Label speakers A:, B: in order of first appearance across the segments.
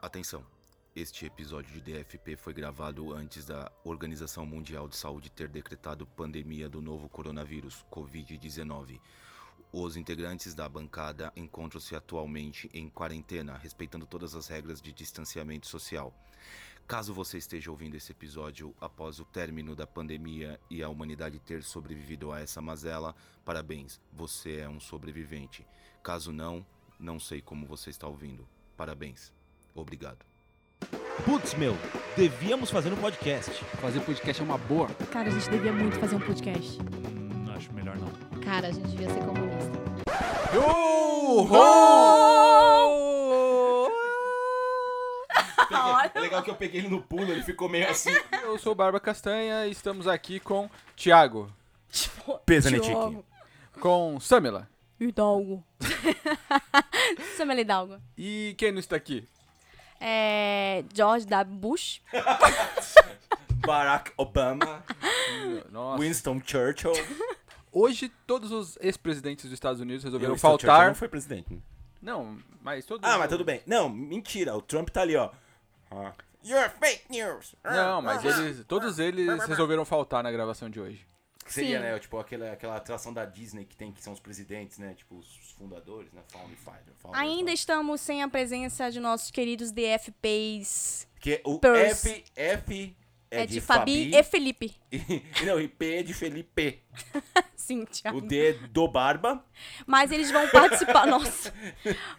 A: Atenção! Este episódio de DFP foi gravado antes da Organização Mundial de Saúde ter decretado pandemia do novo coronavírus, Covid-19. Os integrantes da bancada encontram-se atualmente em quarentena, respeitando todas as regras de distanciamento social. Caso você esteja ouvindo esse episódio após o término da pandemia e a humanidade ter sobrevivido a essa mazela, parabéns, você é um sobrevivente. Caso não, não sei como você está ouvindo. Parabéns. Obrigado.
B: Putz, meu, devíamos fazer um podcast.
C: Fazer podcast é uma boa.
D: Cara, a gente devia muito fazer um podcast.
B: Hum, acho melhor não.
E: Cara, a gente devia ser comunista.
B: É legal que eu peguei ele no pulo, ele ficou meio assim.
C: Eu sou o Barba Castanha e estamos aqui com Thiago,
B: Pesanetic.
D: Diogo.
C: com Samela.
D: Hidalgo. Samuel Hidalgo.
C: E quem não está aqui?
D: É. George W. Bush.
B: Barack Obama,
C: Nossa.
B: Winston Churchill.
C: Hoje todos os ex-presidentes dos Estados Unidos resolveram
B: Winston Churchill
C: faltar.
B: não foi presidente. né?
C: Não, mas todos.
B: Ah, mas tudo bem. Não, mentira, o Trump tá ali, ó. Ah. You're fake news.
C: Não, mas
B: Ah.
C: eles, todos eles resolveram faltar na gravação de hoje.
B: Que seria,
D: Ah, Sim.
B: né, tipo aquela, aquela atração da Disney que tem, que são os presidentes, né, tipo os fundadores, né, Founding Father. Founding
D: Ainda estamos sem a presença de nossos queridos DFPs.
B: Que o
D: Pers.
B: F, F é,
D: É, de, Fabi, e Felipe.
B: e... Não, e P é de Felipe.
D: Sim, Thiago.
B: O D é do Barba.
D: Mas eles vão participar. Nossa.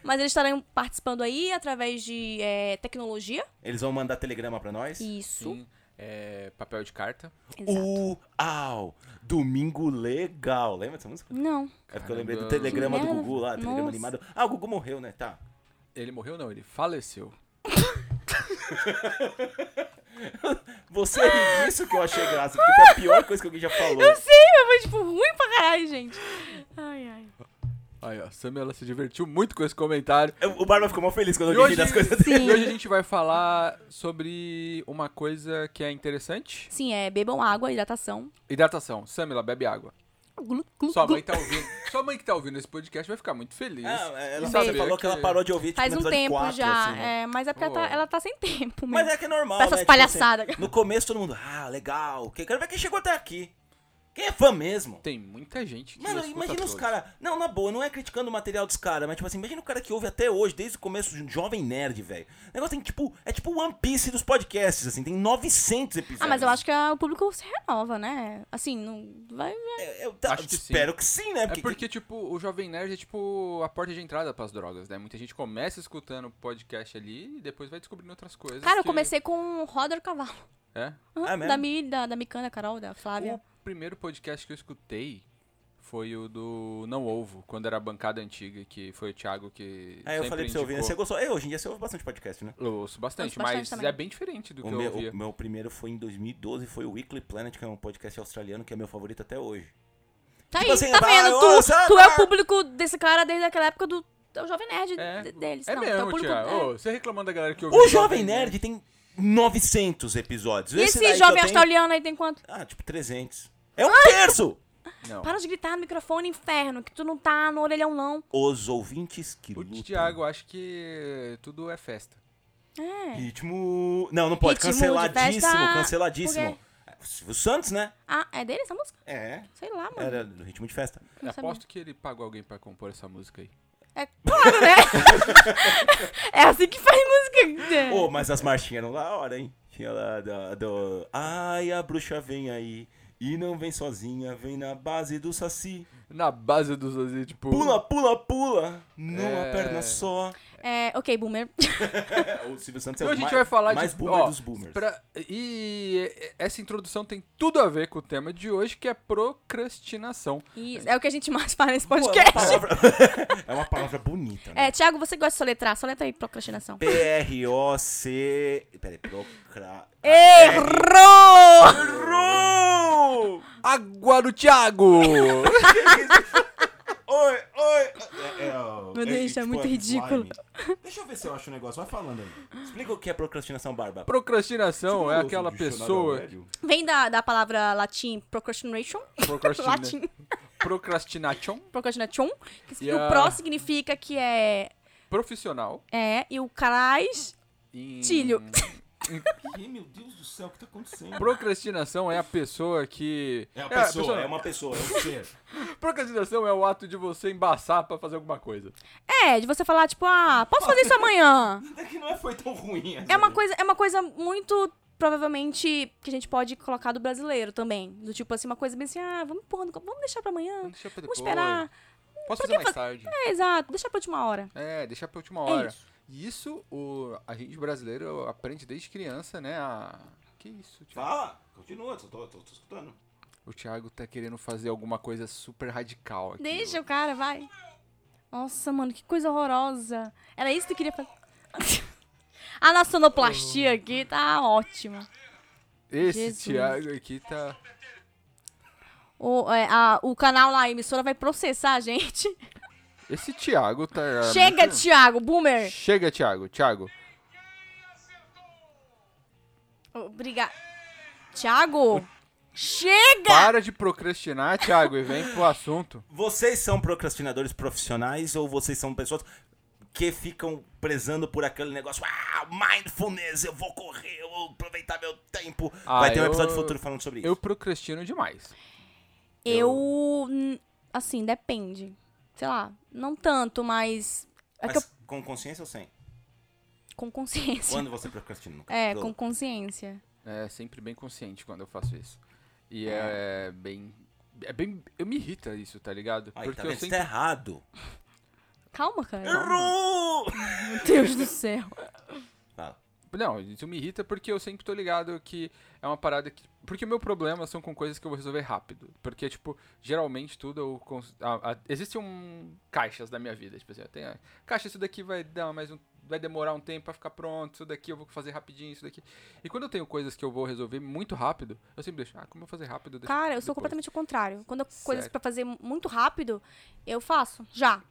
D: Mas eles estarão participando aí através de é, tecnologia.
B: Eles vão mandar telegrama pra nós.
D: Isso.
C: Sim, é, papel de carta.
D: Exato.
B: Uau! Domingo legal. Lembra dessa música?
D: Não.
B: É porque eu
C: Caramba.
B: lembrei do telegrama do
D: Não,
B: Gugu lá, telegrama
D: nossa.
B: animado. Ah, o Gugu morreu, né? Tá.
C: Ele morreu, não, ele faleceu.
B: Você é isso que eu achei graça, porque foi a pior coisa que alguém já falou.
D: Ah. Eu sei, mas tipo, ruim pra caralho, gente. Ai, ai.
C: Aí, ó, Samela se divertiu muito com esse comentário.
B: Eu- O Barba ficou mó feliz quando
C: E
B: eu li
C: hoje,
B: das coisas dele.
C: e hoje a gente vai falar sobre uma coisa que é interessante.
D: Sim, é bebam água, hidratação.
C: Hidratação. Samila, bebe água.
D: Glu, glu,
C: Sua
D: glu.
C: mãe tá ouvindo. Sua mãe que tá ouvindo esse podcast vai ficar muito feliz.
B: Ah, ela
C: em
B: só
C: saber
B: falou que ela parou de ouvir tipo,
D: Faz
B: no
D: um
B: episódio
D: tempo
B: 4,
D: já,
B: assim, né?
D: é, mas é porque ela,
C: Pô.
D: tá, ela tá sem tempo mesmo.
B: Mas é que é normal,
D: Pra essas
B: né? Tipo assim,
D: palhaçadas.
B: no começo todo mundo, ah, legal. que- Quero ver quem chegou até aqui. Quem é fã mesmo?
C: Tem muita gente que
B: Mano,
C: escuta
B: imagina os
C: todos.
B: caras. Não, na boa, não é criticando o material dos caras, mas tipo assim, imagina o cara que ouve até hoje, desde o começo, um jovem nerd, velho. O negócio tem tipo. É tipo One Piece dos podcasts, assim, tem 900 episódios.
D: Ah, mas eu acho que ah, o público se renova, né? Assim, não vai...
B: É, eu tá-
C: Acho que
B: espero que sim, né?
C: É porque, tipo, o Jovem Nerd é tipo a porta de entrada pras drogas, né? Muita gente começa escutando o podcast ali e depois vai descobrindo outras coisas.
D: Cara, eu
C: que-
D: comecei com o Roder Cavalo.
C: É.
D: Hã?
B: Ah, mesmo?
D: da, Mi, da, da Micana, Carol, da
C: O
D: Flávia.
C: primeiro podcast que eu escutei foi o do Não Ovo, quando era a bancada antiga, que foi o Thiago que.
B: Aí eu
C: sempre
B: falei pra você ouvir, né? Você
C: indicou.
B: gostou? É, hoje em dia você ouve bastante podcast, né?
C: Eu Ouço bastante,
D: Ouço bastante
C: mas
D: também.
C: é bem diferente do que
B: O
C: eu
B: meu,
C: ouvia.
B: o meu primeiro foi em 2012, foi o Weekly Planet, que é um podcast australiano que é meu favorito até hoje.
D: Tá
B: tipo
D: aí,
B: assim,
D: tá
B: vai,
D: vendo?
B: ô,
D: Tu,
B: Sandra!
D: tu é o público desse cara desde aquela época do... é o Jovem Nerd
C: É,
D: de- deles.
C: é
D: não, tu é o
C: mesmo,
D: público...
C: Thiago.
D: é.
C: Ô, você reclamando da galera que ouve.
B: O Jovem Nerd tem 900 episódios.
D: E esse,
B: daí que eu
D: Jovem
B: tenho-
D: Australiano aí tem quanto?
B: Ah, tipo 300. É um terço!
C: Não.
D: Para de gritar no microfone, inferno, que tu não tá no orelhão, não.
B: Os ouvintes que
C: O
B: lutam.
C: Thiago, acho que tudo é festa.
B: Ritmo. Não, não pode.
D: É. Ritmo de
B: canceladíssimo,
D: festa-
B: canceladíssimo. O Silvio Santos, né?
D: Ah, é dele essa música?
B: É.
D: Sei lá, mano.
B: Era do ritmo de festa.
D: Não sabia.
C: Aposto que ele pagou alguém pra compor essa música aí.
D: É claro, né? é assim que faz música. É.
B: Ô, mas as marchinhas eram lá, a hora, hein? Tinha lá do, do. Ai, a bruxa vem aí. E não vem sozinha, vem na base do saci.
C: Na base dos assim, tipo.
B: Pula, pula, pula. Numa
C: É.
B: perna só.
D: É, ok, boomer.
B: É, o Silvio Santos é
C: Então a
B: o
C: gente
B: mais,
C: vai falar
B: mais
C: de.
B: boomer
C: ó,
B: dos boomers.
C: pra- e e- essa introdução tem tudo a ver com o tema de hoje, que é procrastinação.
D: E é o que a gente mais fala nesse
B: Pô,
D: podcast.
B: É uma palavra, é uma palavra bonita, né?
D: É, Thiago, você gosta de soletrar? Soletra aí, procrastinação.
B: P-R-O-C. Peraí, procra.
D: Errou!
B: Errou!
C: Água do Thiago!
B: Oi, oi! É, é, ó,
D: Meu Deus, isso é
B: tipo,
D: muito ridículo.
B: slime. Deixa eu ver se eu acho o negócio, vai falando aí. Explica o que é procrastinação, Barba.
C: procrastinação é aquela
B: um
C: pessoa.
D: Vem da, da palavra latim procrastination.
C: Procrastina...
D: Latim.
C: Procrastination
D: Procrastination. Que
C: E a-
D: O pró significa que é.
C: profissional.
D: É, e o carais
C: Em-
D: Tilho.
B: Ih, meu Deus do céu, o que tá acontecendo?
C: Procrastinação é a pessoa que.
B: É uma
C: a
B: pessoa, é uma pessoa, é um ser.
C: Procrastinação é o ato de você embaçar pra fazer alguma coisa.
D: É, de você falar, tipo, ah, posso fazer isso amanhã.
B: Até que não é- foi tão ruim.
D: É
B: assim.
D: uma coisa, é uma coisa muito provavelmente que a gente pode colocar do brasileiro também. Do tipo assim, uma coisa bem assim, ah, vamos empurrando, vamos deixar pra amanhã.
C: Ah, Deixa pra
D: Vamos
C: depois.
D: esperar.
C: Posso
D: Por
C: fazer
D: que
C: mais
D: fa-
C: tarde.
D: É, exato, deixar pra última hora.
C: É, deixar pra última hora.
D: isso.
C: E isso o, a gente brasileiro aprende desde criança, né? A... Que isso, Thiago?
B: Fala, continua, tô, tô, tô, tô escutando.
C: O Thiago tá querendo fazer alguma coisa super radical aqui.
D: Deixa o cara, vai. Nossa, mano, que coisa horrorosa. Era isso que eu queria fazer. A nossa sonoplastia aqui tá ótima.
C: Esse
D: Jesus.
C: Thiago aqui tá.
D: O, é, a- o canal lá, a emissora, vai processar a gente.
B: É,
C: Esse Thiago tá.
B: né?
D: Chega,
C: muito-
D: Thiago, boomer.
C: Chega, Thiago. Thiago.
D: Obrigado. Thiago, chega!
C: Para de procrastinar, Thiago, e vem pro assunto.
B: Vocês são procrastinadores profissionais ou vocês são pessoas que ficam prezando por aquele negócio, ah, mindfulness, eu vou correr, eu vou aproveitar meu tempo.
C: Ah,
B: Vai ter um
C: eu-
B: episódio futuro falando sobre isso.
C: Eu procrastino demais.
D: Eu. n- Assim, depende. Sei lá, não tanto, mas. É que eu,
B: Mas com consciência ou sem?
D: com consciência.
B: Quando você procrastina? no
D: É, com
B: caso?
D: consciência.
C: É sempre bem consciente quando eu faço isso. E é, bem. É bem. Eu me irrita isso, tá ligado?
B: Aí,
C: Porque
B: tá
C: eu
B: vendo? Isso tá
C: sempre.
B: errado.
D: Calma, cara.
B: Errou!
D: Meu Deus do céu.
B: Fala.
C: Não, isso me irrita porque eu sempre tô ligado que é uma parada que. Porque o meu problema são com coisas que eu vou resolver rápido. Porque, tipo, geralmente tudo eu. cons- a- a- Existem um... caixas da minha vida. Tipo assim, eu tenho. a- Caixa, isso daqui vai dar mais um. Vai demorar um tempo pra ficar pronto, isso daqui eu vou fazer rapidinho, isso daqui. E quando eu tenho coisas que eu vou resolver muito rápido, eu sempre deixo, ah, como eu vou fazer rápido? eu deixo
D: Cara, eu sou
C: depois."
D: completamente o contrário. Quando eu coisas
C: Sério?
D: pra fazer muito rápido, eu faço, já.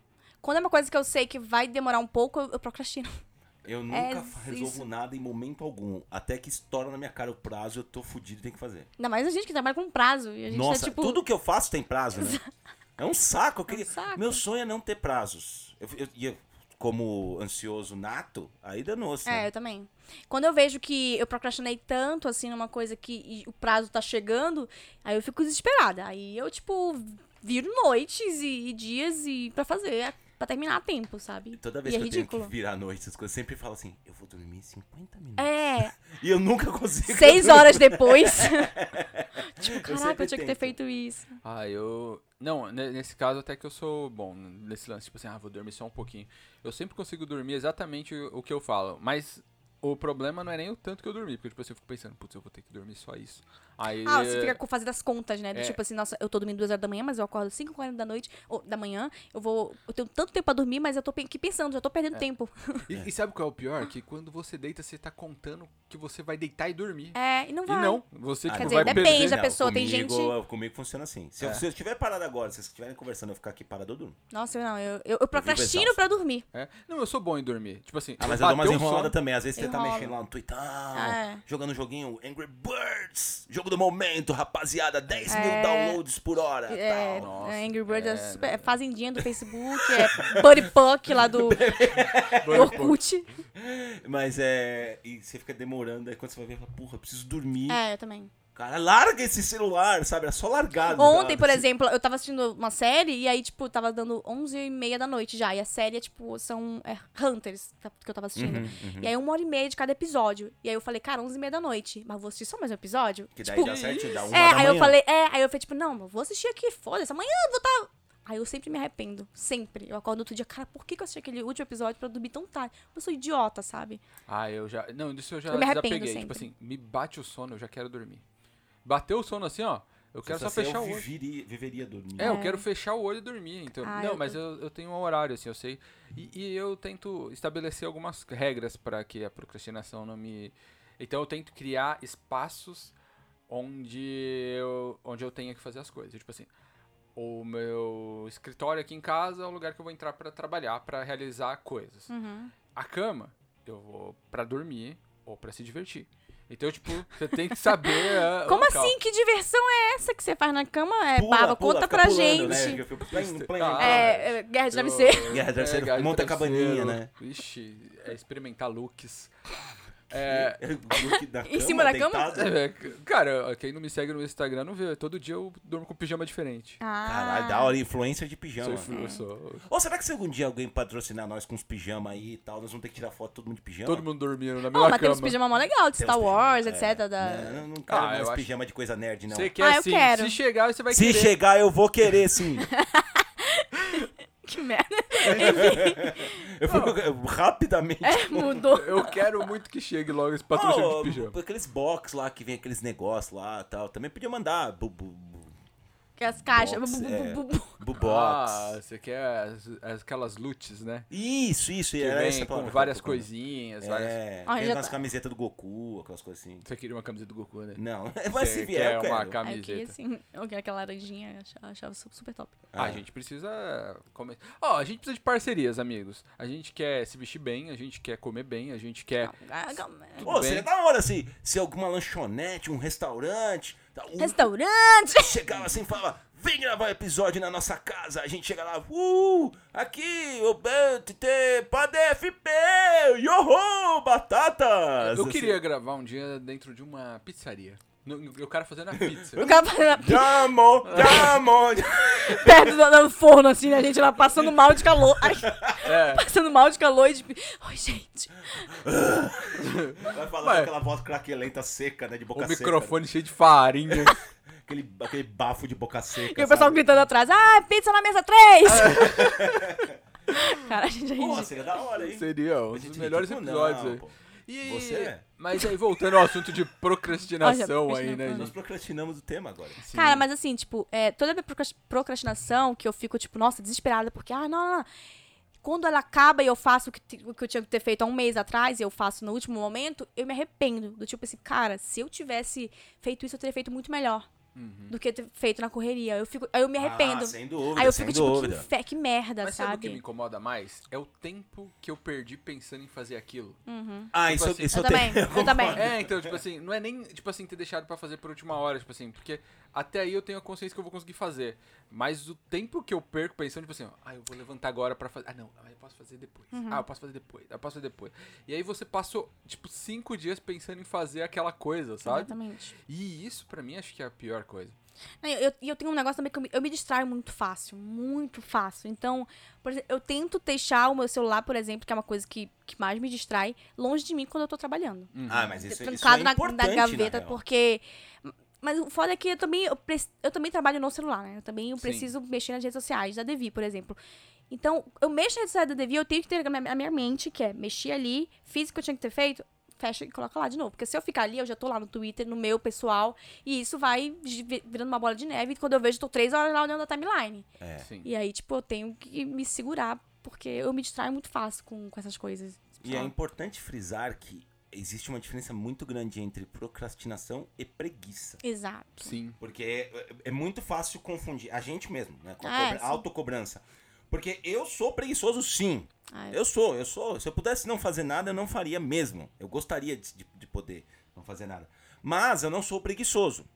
D: Quando é uma coisa que eu sei que vai demorar um pouco, eu, eu procrastino.
B: Eu nunca
D: É,
B: fa- resolvo
D: isso.
B: nada em momento algum. Até que estoura na minha cara o prazo, eu tô fudido e tenho que fazer.
D: Ainda mais a gente que trabalha com prazo. E a gente
B: Nossa,
D: tá tipo.
B: tudo que eu faço tem prazo, né? É um saco. Eu queria...
D: saco.
B: Meu sonho é não ter prazos. Eu, eu- e eu- como ansioso nato, aí danou-se.
D: É,
B: né?
D: eu também. Quando eu vejo que eu procrastinei tanto, assim, numa coisa que e o prazo tá chegando, aí eu fico desesperada. Aí eu, tipo, viro noites e, e dias e pra fazer, pra terminar a tempo, sabe?
B: Toda vez
D: e
B: que
D: é
B: eu
D: ridículo.
B: tenho que virar à noite, essas coisas, eu sempre falo assim, eu vou dormir 50 minutos.
D: É,
B: E eu nunca consigo.
D: seis horas depois. tipo, caraca,
B: sempre
D: eu tinha que ter
B: tento.
D: feito isso.
C: Ah, eu. Não, ne- nesse caso até que eu sou bom nesse lance, tipo assim, ah, vou dormir só um pouquinho. Eu sempre consigo dormir exatamente o o que eu falo, mas o problema não é nem o tanto que eu dormi, porque tipo assim, eu fico pensando, putz, eu vou ter que dormir só isso. Aí.
D: Ah, você fica fazendo as contas, né? Do
C: É.
D: tipo assim, nossa, eu tô dormindo duas horas da manhã, mas eu acordo 5 horas da noite, ou da manhã, eu vou. Eu tenho tanto tempo pra dormir, mas eu tô pe- aqui pensando, já tô
C: É.
D: perdendo tempo.
C: E, e sabe qual é o pior? Que quando você deita, você tá contando que você vai deitar e dormir.
D: É, e não vai.
C: E não, você
B: Ah,
C: tipo,
D: Quer
C: vai
D: dizer, depende
C: perder.
D: da pessoa, tem
B: comigo-
D: gente- É.
B: Comigo funciona assim. Se, eu, se eu estiver parado agora, se vocês estiverem conversando, eu ficar aqui parado, eu durmo.
D: Nossa, eu não, eu, eu, eu procrastino
B: exausto.
D: pra dormir.
C: É. Não, eu sou bom em dormir. Tipo assim,
B: Ah, mas eu dou umas
C: bateu o sono-
B: enroladas também. Às vezes você tá
D: Enrola.
B: mexendo lá no Twitter,
D: É.
B: jogando um joguinho Angry Birds, jogo do momento, rapaziada, 10 mil downloads por hora. tal.
C: Ah,
D: É,
C: tá. Nossa,
D: é, Angry Bird é,
C: é,
D: super, é fazendinha do Facebook, é Buddy Puck lá do do Orkut.
B: Mas é. E você fica demorando, aí quando você vai ver, fala, porra, eu preciso dormir.
D: É, eu também.
B: Cara, larga esse celular, sabe? É só largado.
D: Ontem,
B: sabe?
D: por exemplo, eu tava assistindo uma série e aí, tipo, tava dando 11 e meia da noite já. E a série é, tipo, são é, Hunters tá- que eu tava assistindo.
B: Uhum,
D: E aí, uma hora e meia de cada episódio. E aí eu falei, cara, 11 e meia da noite. Mas vou assistir só mais um episódio?
B: Que daí
D: tipo,
B: dá certo, dá uma
D: é,
B: da
D: aí eu
B: manhã.
D: falei, é, aí eu falei, tipo, não, eu vou assistir aqui, foda-se, amanhã eu vou estar. Aí eu sempre me arrependo, sempre. Eu acordo outro dia, cara, por que, que eu assisti aquele último episódio pra eu dormir tão tarde? Eu sou idiota, sabe?
C: Ah, eu já. Não, disso eu já
D: Eu me arrependo
C: desapeguei. Tipo
D: sempre.
C: assim, me bate o sono, eu já quero dormir. Bateu o sono assim, ó. Eu quero
B: Se
C: só
B: fosse
C: fechar
B: eu
C: o olho.
B: viveria, viveria dormindo.
C: É, eu quero fechar o olho e dormir. Então,
D: Ah,
C: não,
D: eu-
C: mas eu, eu tenho um horário, assim, eu sei. E, e eu tento estabelecer algumas regras pra que a procrastinação não me. Então eu tento criar espaços onde eu, onde eu tenha que fazer as coisas. Tipo assim, o meu escritório aqui em casa é o lugar que eu vou entrar pra trabalhar, pra
D: Hum.
C: realizar coisas. A cama, eu vou pra dormir ou pra se divertir. Então, tipo, você tem que saber. ah,
D: Como
C: o local.
D: assim? Que diversão é essa que você faz na cama? É,
B: Pula, pula,
D: Baba, conta
B: fica
D: pra
B: pulando,
D: gente.
B: Né? Fica- Plém, plém.
C: Ah,
D: É, é, guerra de
C: Eu-
D: travesseiro.
B: Guerra de travesseiro,
C: de
B: monta a
C: travesseiro.
B: cabaninha, né?
C: É, Ixi, é experimentar looks. É,
B: O look da
D: Em cima da cama?
B: deitado.
C: é, cara, quem não me segue no Instagram não vê. Todo dia eu durmo com pijama diferente.
D: Ah.
B: Caralho, da hora, influencer de
C: Sou
B: pijama.
C: influ- eu sou-
B: Ou será que se algum dia alguém patrocinar nós com uns pijama aí e tal, nós vamos ter que tirar foto todo mundo de pijama?
C: Todo mundo dormindo na
D: Oh,
C: mesma
D: mas tem
C: cama.
D: uns pijama mó legal, de
B: Tem uns
D: Star
B: pijama,
D: Wars,
B: é.
D: etc. Da...
B: Não, eu não quero
C: Ah, eu
B: mais
C: acho-
B: pijama de coisa nerd, não.
C: Você quer
D: Ah, eu
C: sim.
D: quero.
C: Se chegar, você vai
B: Se
C: querer.
B: chegar, eu vou querer, sim.
D: Que merda.
B: Eu fui rapidamente.
D: É, mudou.
C: Eu quero muito que chegue logo esse patrocínio de pijama.
B: Oh, aqueles box lá que vem aqueles negócios lá e tal. Também podia mandar. Bu, bu, bu,
D: Que as caixas.
B: Box,
D: bu- bu- bu-
B: é.
D: bu- bu-
B: bu
C: Ah,
B: box.
C: você quer as- as- aquelas lutes, né?
B: Isso, isso.
C: Que
B: era essa
C: vem
B: a palavra
C: com
B: que eu
C: várias
B: tô procurando.
C: coisinhas, várias...
B: É,
D: Olha,
B: tem
D: já
B: umas
D: tá.
B: camisetas do Goku, aquelas coisas assim.
C: Você queria uma camisa do Goku, né?
B: Não, mas se
C: Você
B: vier, eu
C: quer é
D: É
C: uma
B: quero.
D: Aqui,
C: camiseta.
D: assim, ok, aquela laranjinha, eu ach- achava su- super top.
C: Ah, a
B: É.
C: gente precisa. eh, come- Ó, a gente precisa de parcerias, amigos. A gente quer se vestir bem, a gente quer comer bem, a gente quer.
D: Ah, calma.
C: tudo
B: Pô,
C: bem.
B: seria da hora se, se alguma lanchonete, um restaurante. tá, o-
D: Restaurante!
B: Chegava assim e falava, vem gravar um episódio na nossa casa. A gente chega lá, uh, aqui, o BTT, PADFP, yoho, batatas. Assim.
C: Eu queria gravar um dia dentro de uma pizzaria. No- no- O cara fazendo a pizza.
D: O cara fazendo
B: Damo, damo.
D: perto do, do forno, assim, né, gente? Ela passando mal de calor. Ai,
C: é.
D: passando mal de calor e de... Ai, gente.
B: Vai falar
C: Ué.
B: com aquela voz craquelenta seca, né, de boca
C: O
B: seca.
C: um microfone cheio de farinha.
B: né? Aquele, aquele bafo de boca seca,
D: E o pessoal
B: sabe?
D: gritando atrás. Ah, pizza na mesa 3! Cara, a gente é
B: Pô,
D: ridículo.
B: seria da hora, hein?
C: Seria
B: Mas,
C: um dos
B: gente, tipo,
C: melhores
B: não,
C: episódios. aí.
B: pô.
C: E-
B: Você? é.
C: Mas aí, voltando ao assunto de procrastinação
D: Olha,
C: aí, né,
D: procrastinação.
B: Nós
C: gente?
B: procrastinamos o tema agora.
D: Cara, mas assim, tipo, é, toda minha procras- procrastinação que eu fico, tipo, nossa, desesperada, porque, ah, não, não, não. Quando ela acaba e eu faço o que, te- o que eu tinha que ter feito há um mês atrás, e eu faço no último momento, eu me arrependo. Do tipo assim, cara, se eu tivesse feito isso, eu teria feito muito melhor do que ter feito na correria. Eu fico, aí eu me arrependo.
B: Uhum. Ah, sem dúvida,
D: aí eu
B: sem
D: fico, tipo, que,
B: dúvida.
D: fe- que merda,
C: Mas sabe o que me
D: sabe?
C: incomoda mais? É o tempo que eu perdi pensando em fazer aquilo.
B: Ah,
C: Tipo
B: isso,
C: assim,
B: isso
D: Eu também,
B: tenho.
D: eu também.
C: É, então, tipo assim, não é nem, tipo assim, ter deixado pra fazer por última hora, tipo assim, porque até aí eu tenho a consciência que eu vou conseguir fazer. Mas o tempo que eu perco pensando, tipo assim, ó, ah, eu vou levantar agora pra fazer. Ah, não, ah, eu posso fazer depois.
D: Uhum.
C: Ah, eu posso fazer depois. Ah, eu posso fazer depois. E aí você passou, tipo, cinco dias pensando em fazer aquela coisa, sabe?
D: Exatamente.
C: E isso pra mim acho que é a pior coisa.
D: Não, eu- eu- E eu, tenho um negócio também que eu me, eu me distraio muito fácil, muito fácil. Então, por exemplo, eu tento deixar o meu celular, por exemplo, que é uma coisa que, que mais me distrai, longe de mim quando eu tô trabalhando.
B: Ah, mas isso, isso é
D: trancado na,
B: importante,
D: na gaveta,
B: real.
D: porque. Mas o foda é que eu também, eu, prec- eu também trabalho no celular, né? Eu também eu
C: Sim.
D: preciso mexer nas redes sociais da Devi, por exemplo. Então, eu mexo nas redes sociais da Devi, eu tenho que ter na minha- na minha mente, que é mexer ali, fiz o que eu tinha que ter feito, fecha e coloca lá de novo. Porque se eu ficar ali, eu já tô lá no Twitter, no meu pessoal, e isso vai gi- vi- virando uma bola de neve. E quando eu vejo, eu tô três horas lá olhando a timeline.
B: É.
C: Sim.
D: E aí, tipo, eu tenho que me segurar, porque eu me distraio muito fácil com, com essas coisas.
B: E é importante frisar que existe uma diferença muito grande entre procrastinação e preguiça.
D: Exato.
C: Sim.
B: Porque é, é muito fácil confundir a gente mesmo, né? Com a
D: Ah,
B: cobra-
D: sim.
B: autocobrança. Porque eu sou preguiçoso, sim.
D: Ah,
B: Eu sou, eu sou. Se eu pudesse não fazer nada, eu não faria mesmo. Eu gostaria de, de- de poder não fazer nada. Mas eu não sou preguiçoso.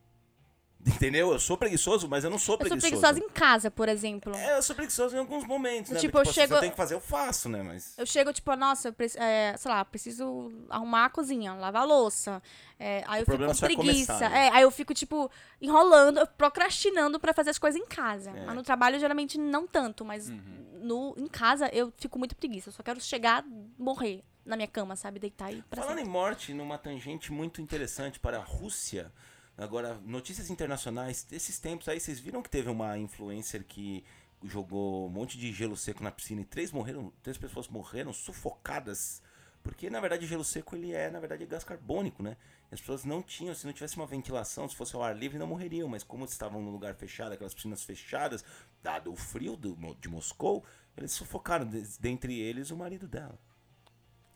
B: Entendeu? Eu sou preguiçoso, mas eu não sou
D: Eu sou
B: preguiçoso.
D: preguiçosa em casa, por exemplo.
B: É, eu sou preguiçoso em alguns momentos, né?
D: Tipo,
B: Porque,
D: eu
B: assim, se
D: chego-
B: eu tenho que fazer, eu faço, né? Mas.
D: Eu chego, tipo, nossa, eu preci- é, sei lá, preciso arrumar a cozinha, lavar a louça. É, aí eu fico
B: problema
D: com
B: é só
D: preguiça.
B: começar, né?
D: É, aí eu fico, tipo, enrolando, procrastinando pra fazer as coisas em casa.
B: É.
D: Mas no trabalho, geralmente, não tanto, mas
B: Uhum.
D: no, em casa eu fico muito preguiça. Eu só quero chegar, morrer na minha cama, sabe? Deitar e ir pra
B: Falando
D: sempre.
B: em morte, numa tangente muito interessante para a Rússia, agora, notícias internacionais, desses tempos aí, vocês viram que teve uma influencer que jogou um monte de gelo seco na piscina e três morreram, três pessoas morreram sufocadas. Porque, na verdade, o gelo seco, ele é, na verdade, gás carbônico, né? E As pessoas não tinham, se não tivesse uma ventilação, se fosse ao ar livre, não morreriam. Mas como estavam num lugar fechado, aquelas piscinas fechadas, dado o frio do, Mo- de Moscou, eles sufocaram, des- dentre eles, o marido dela.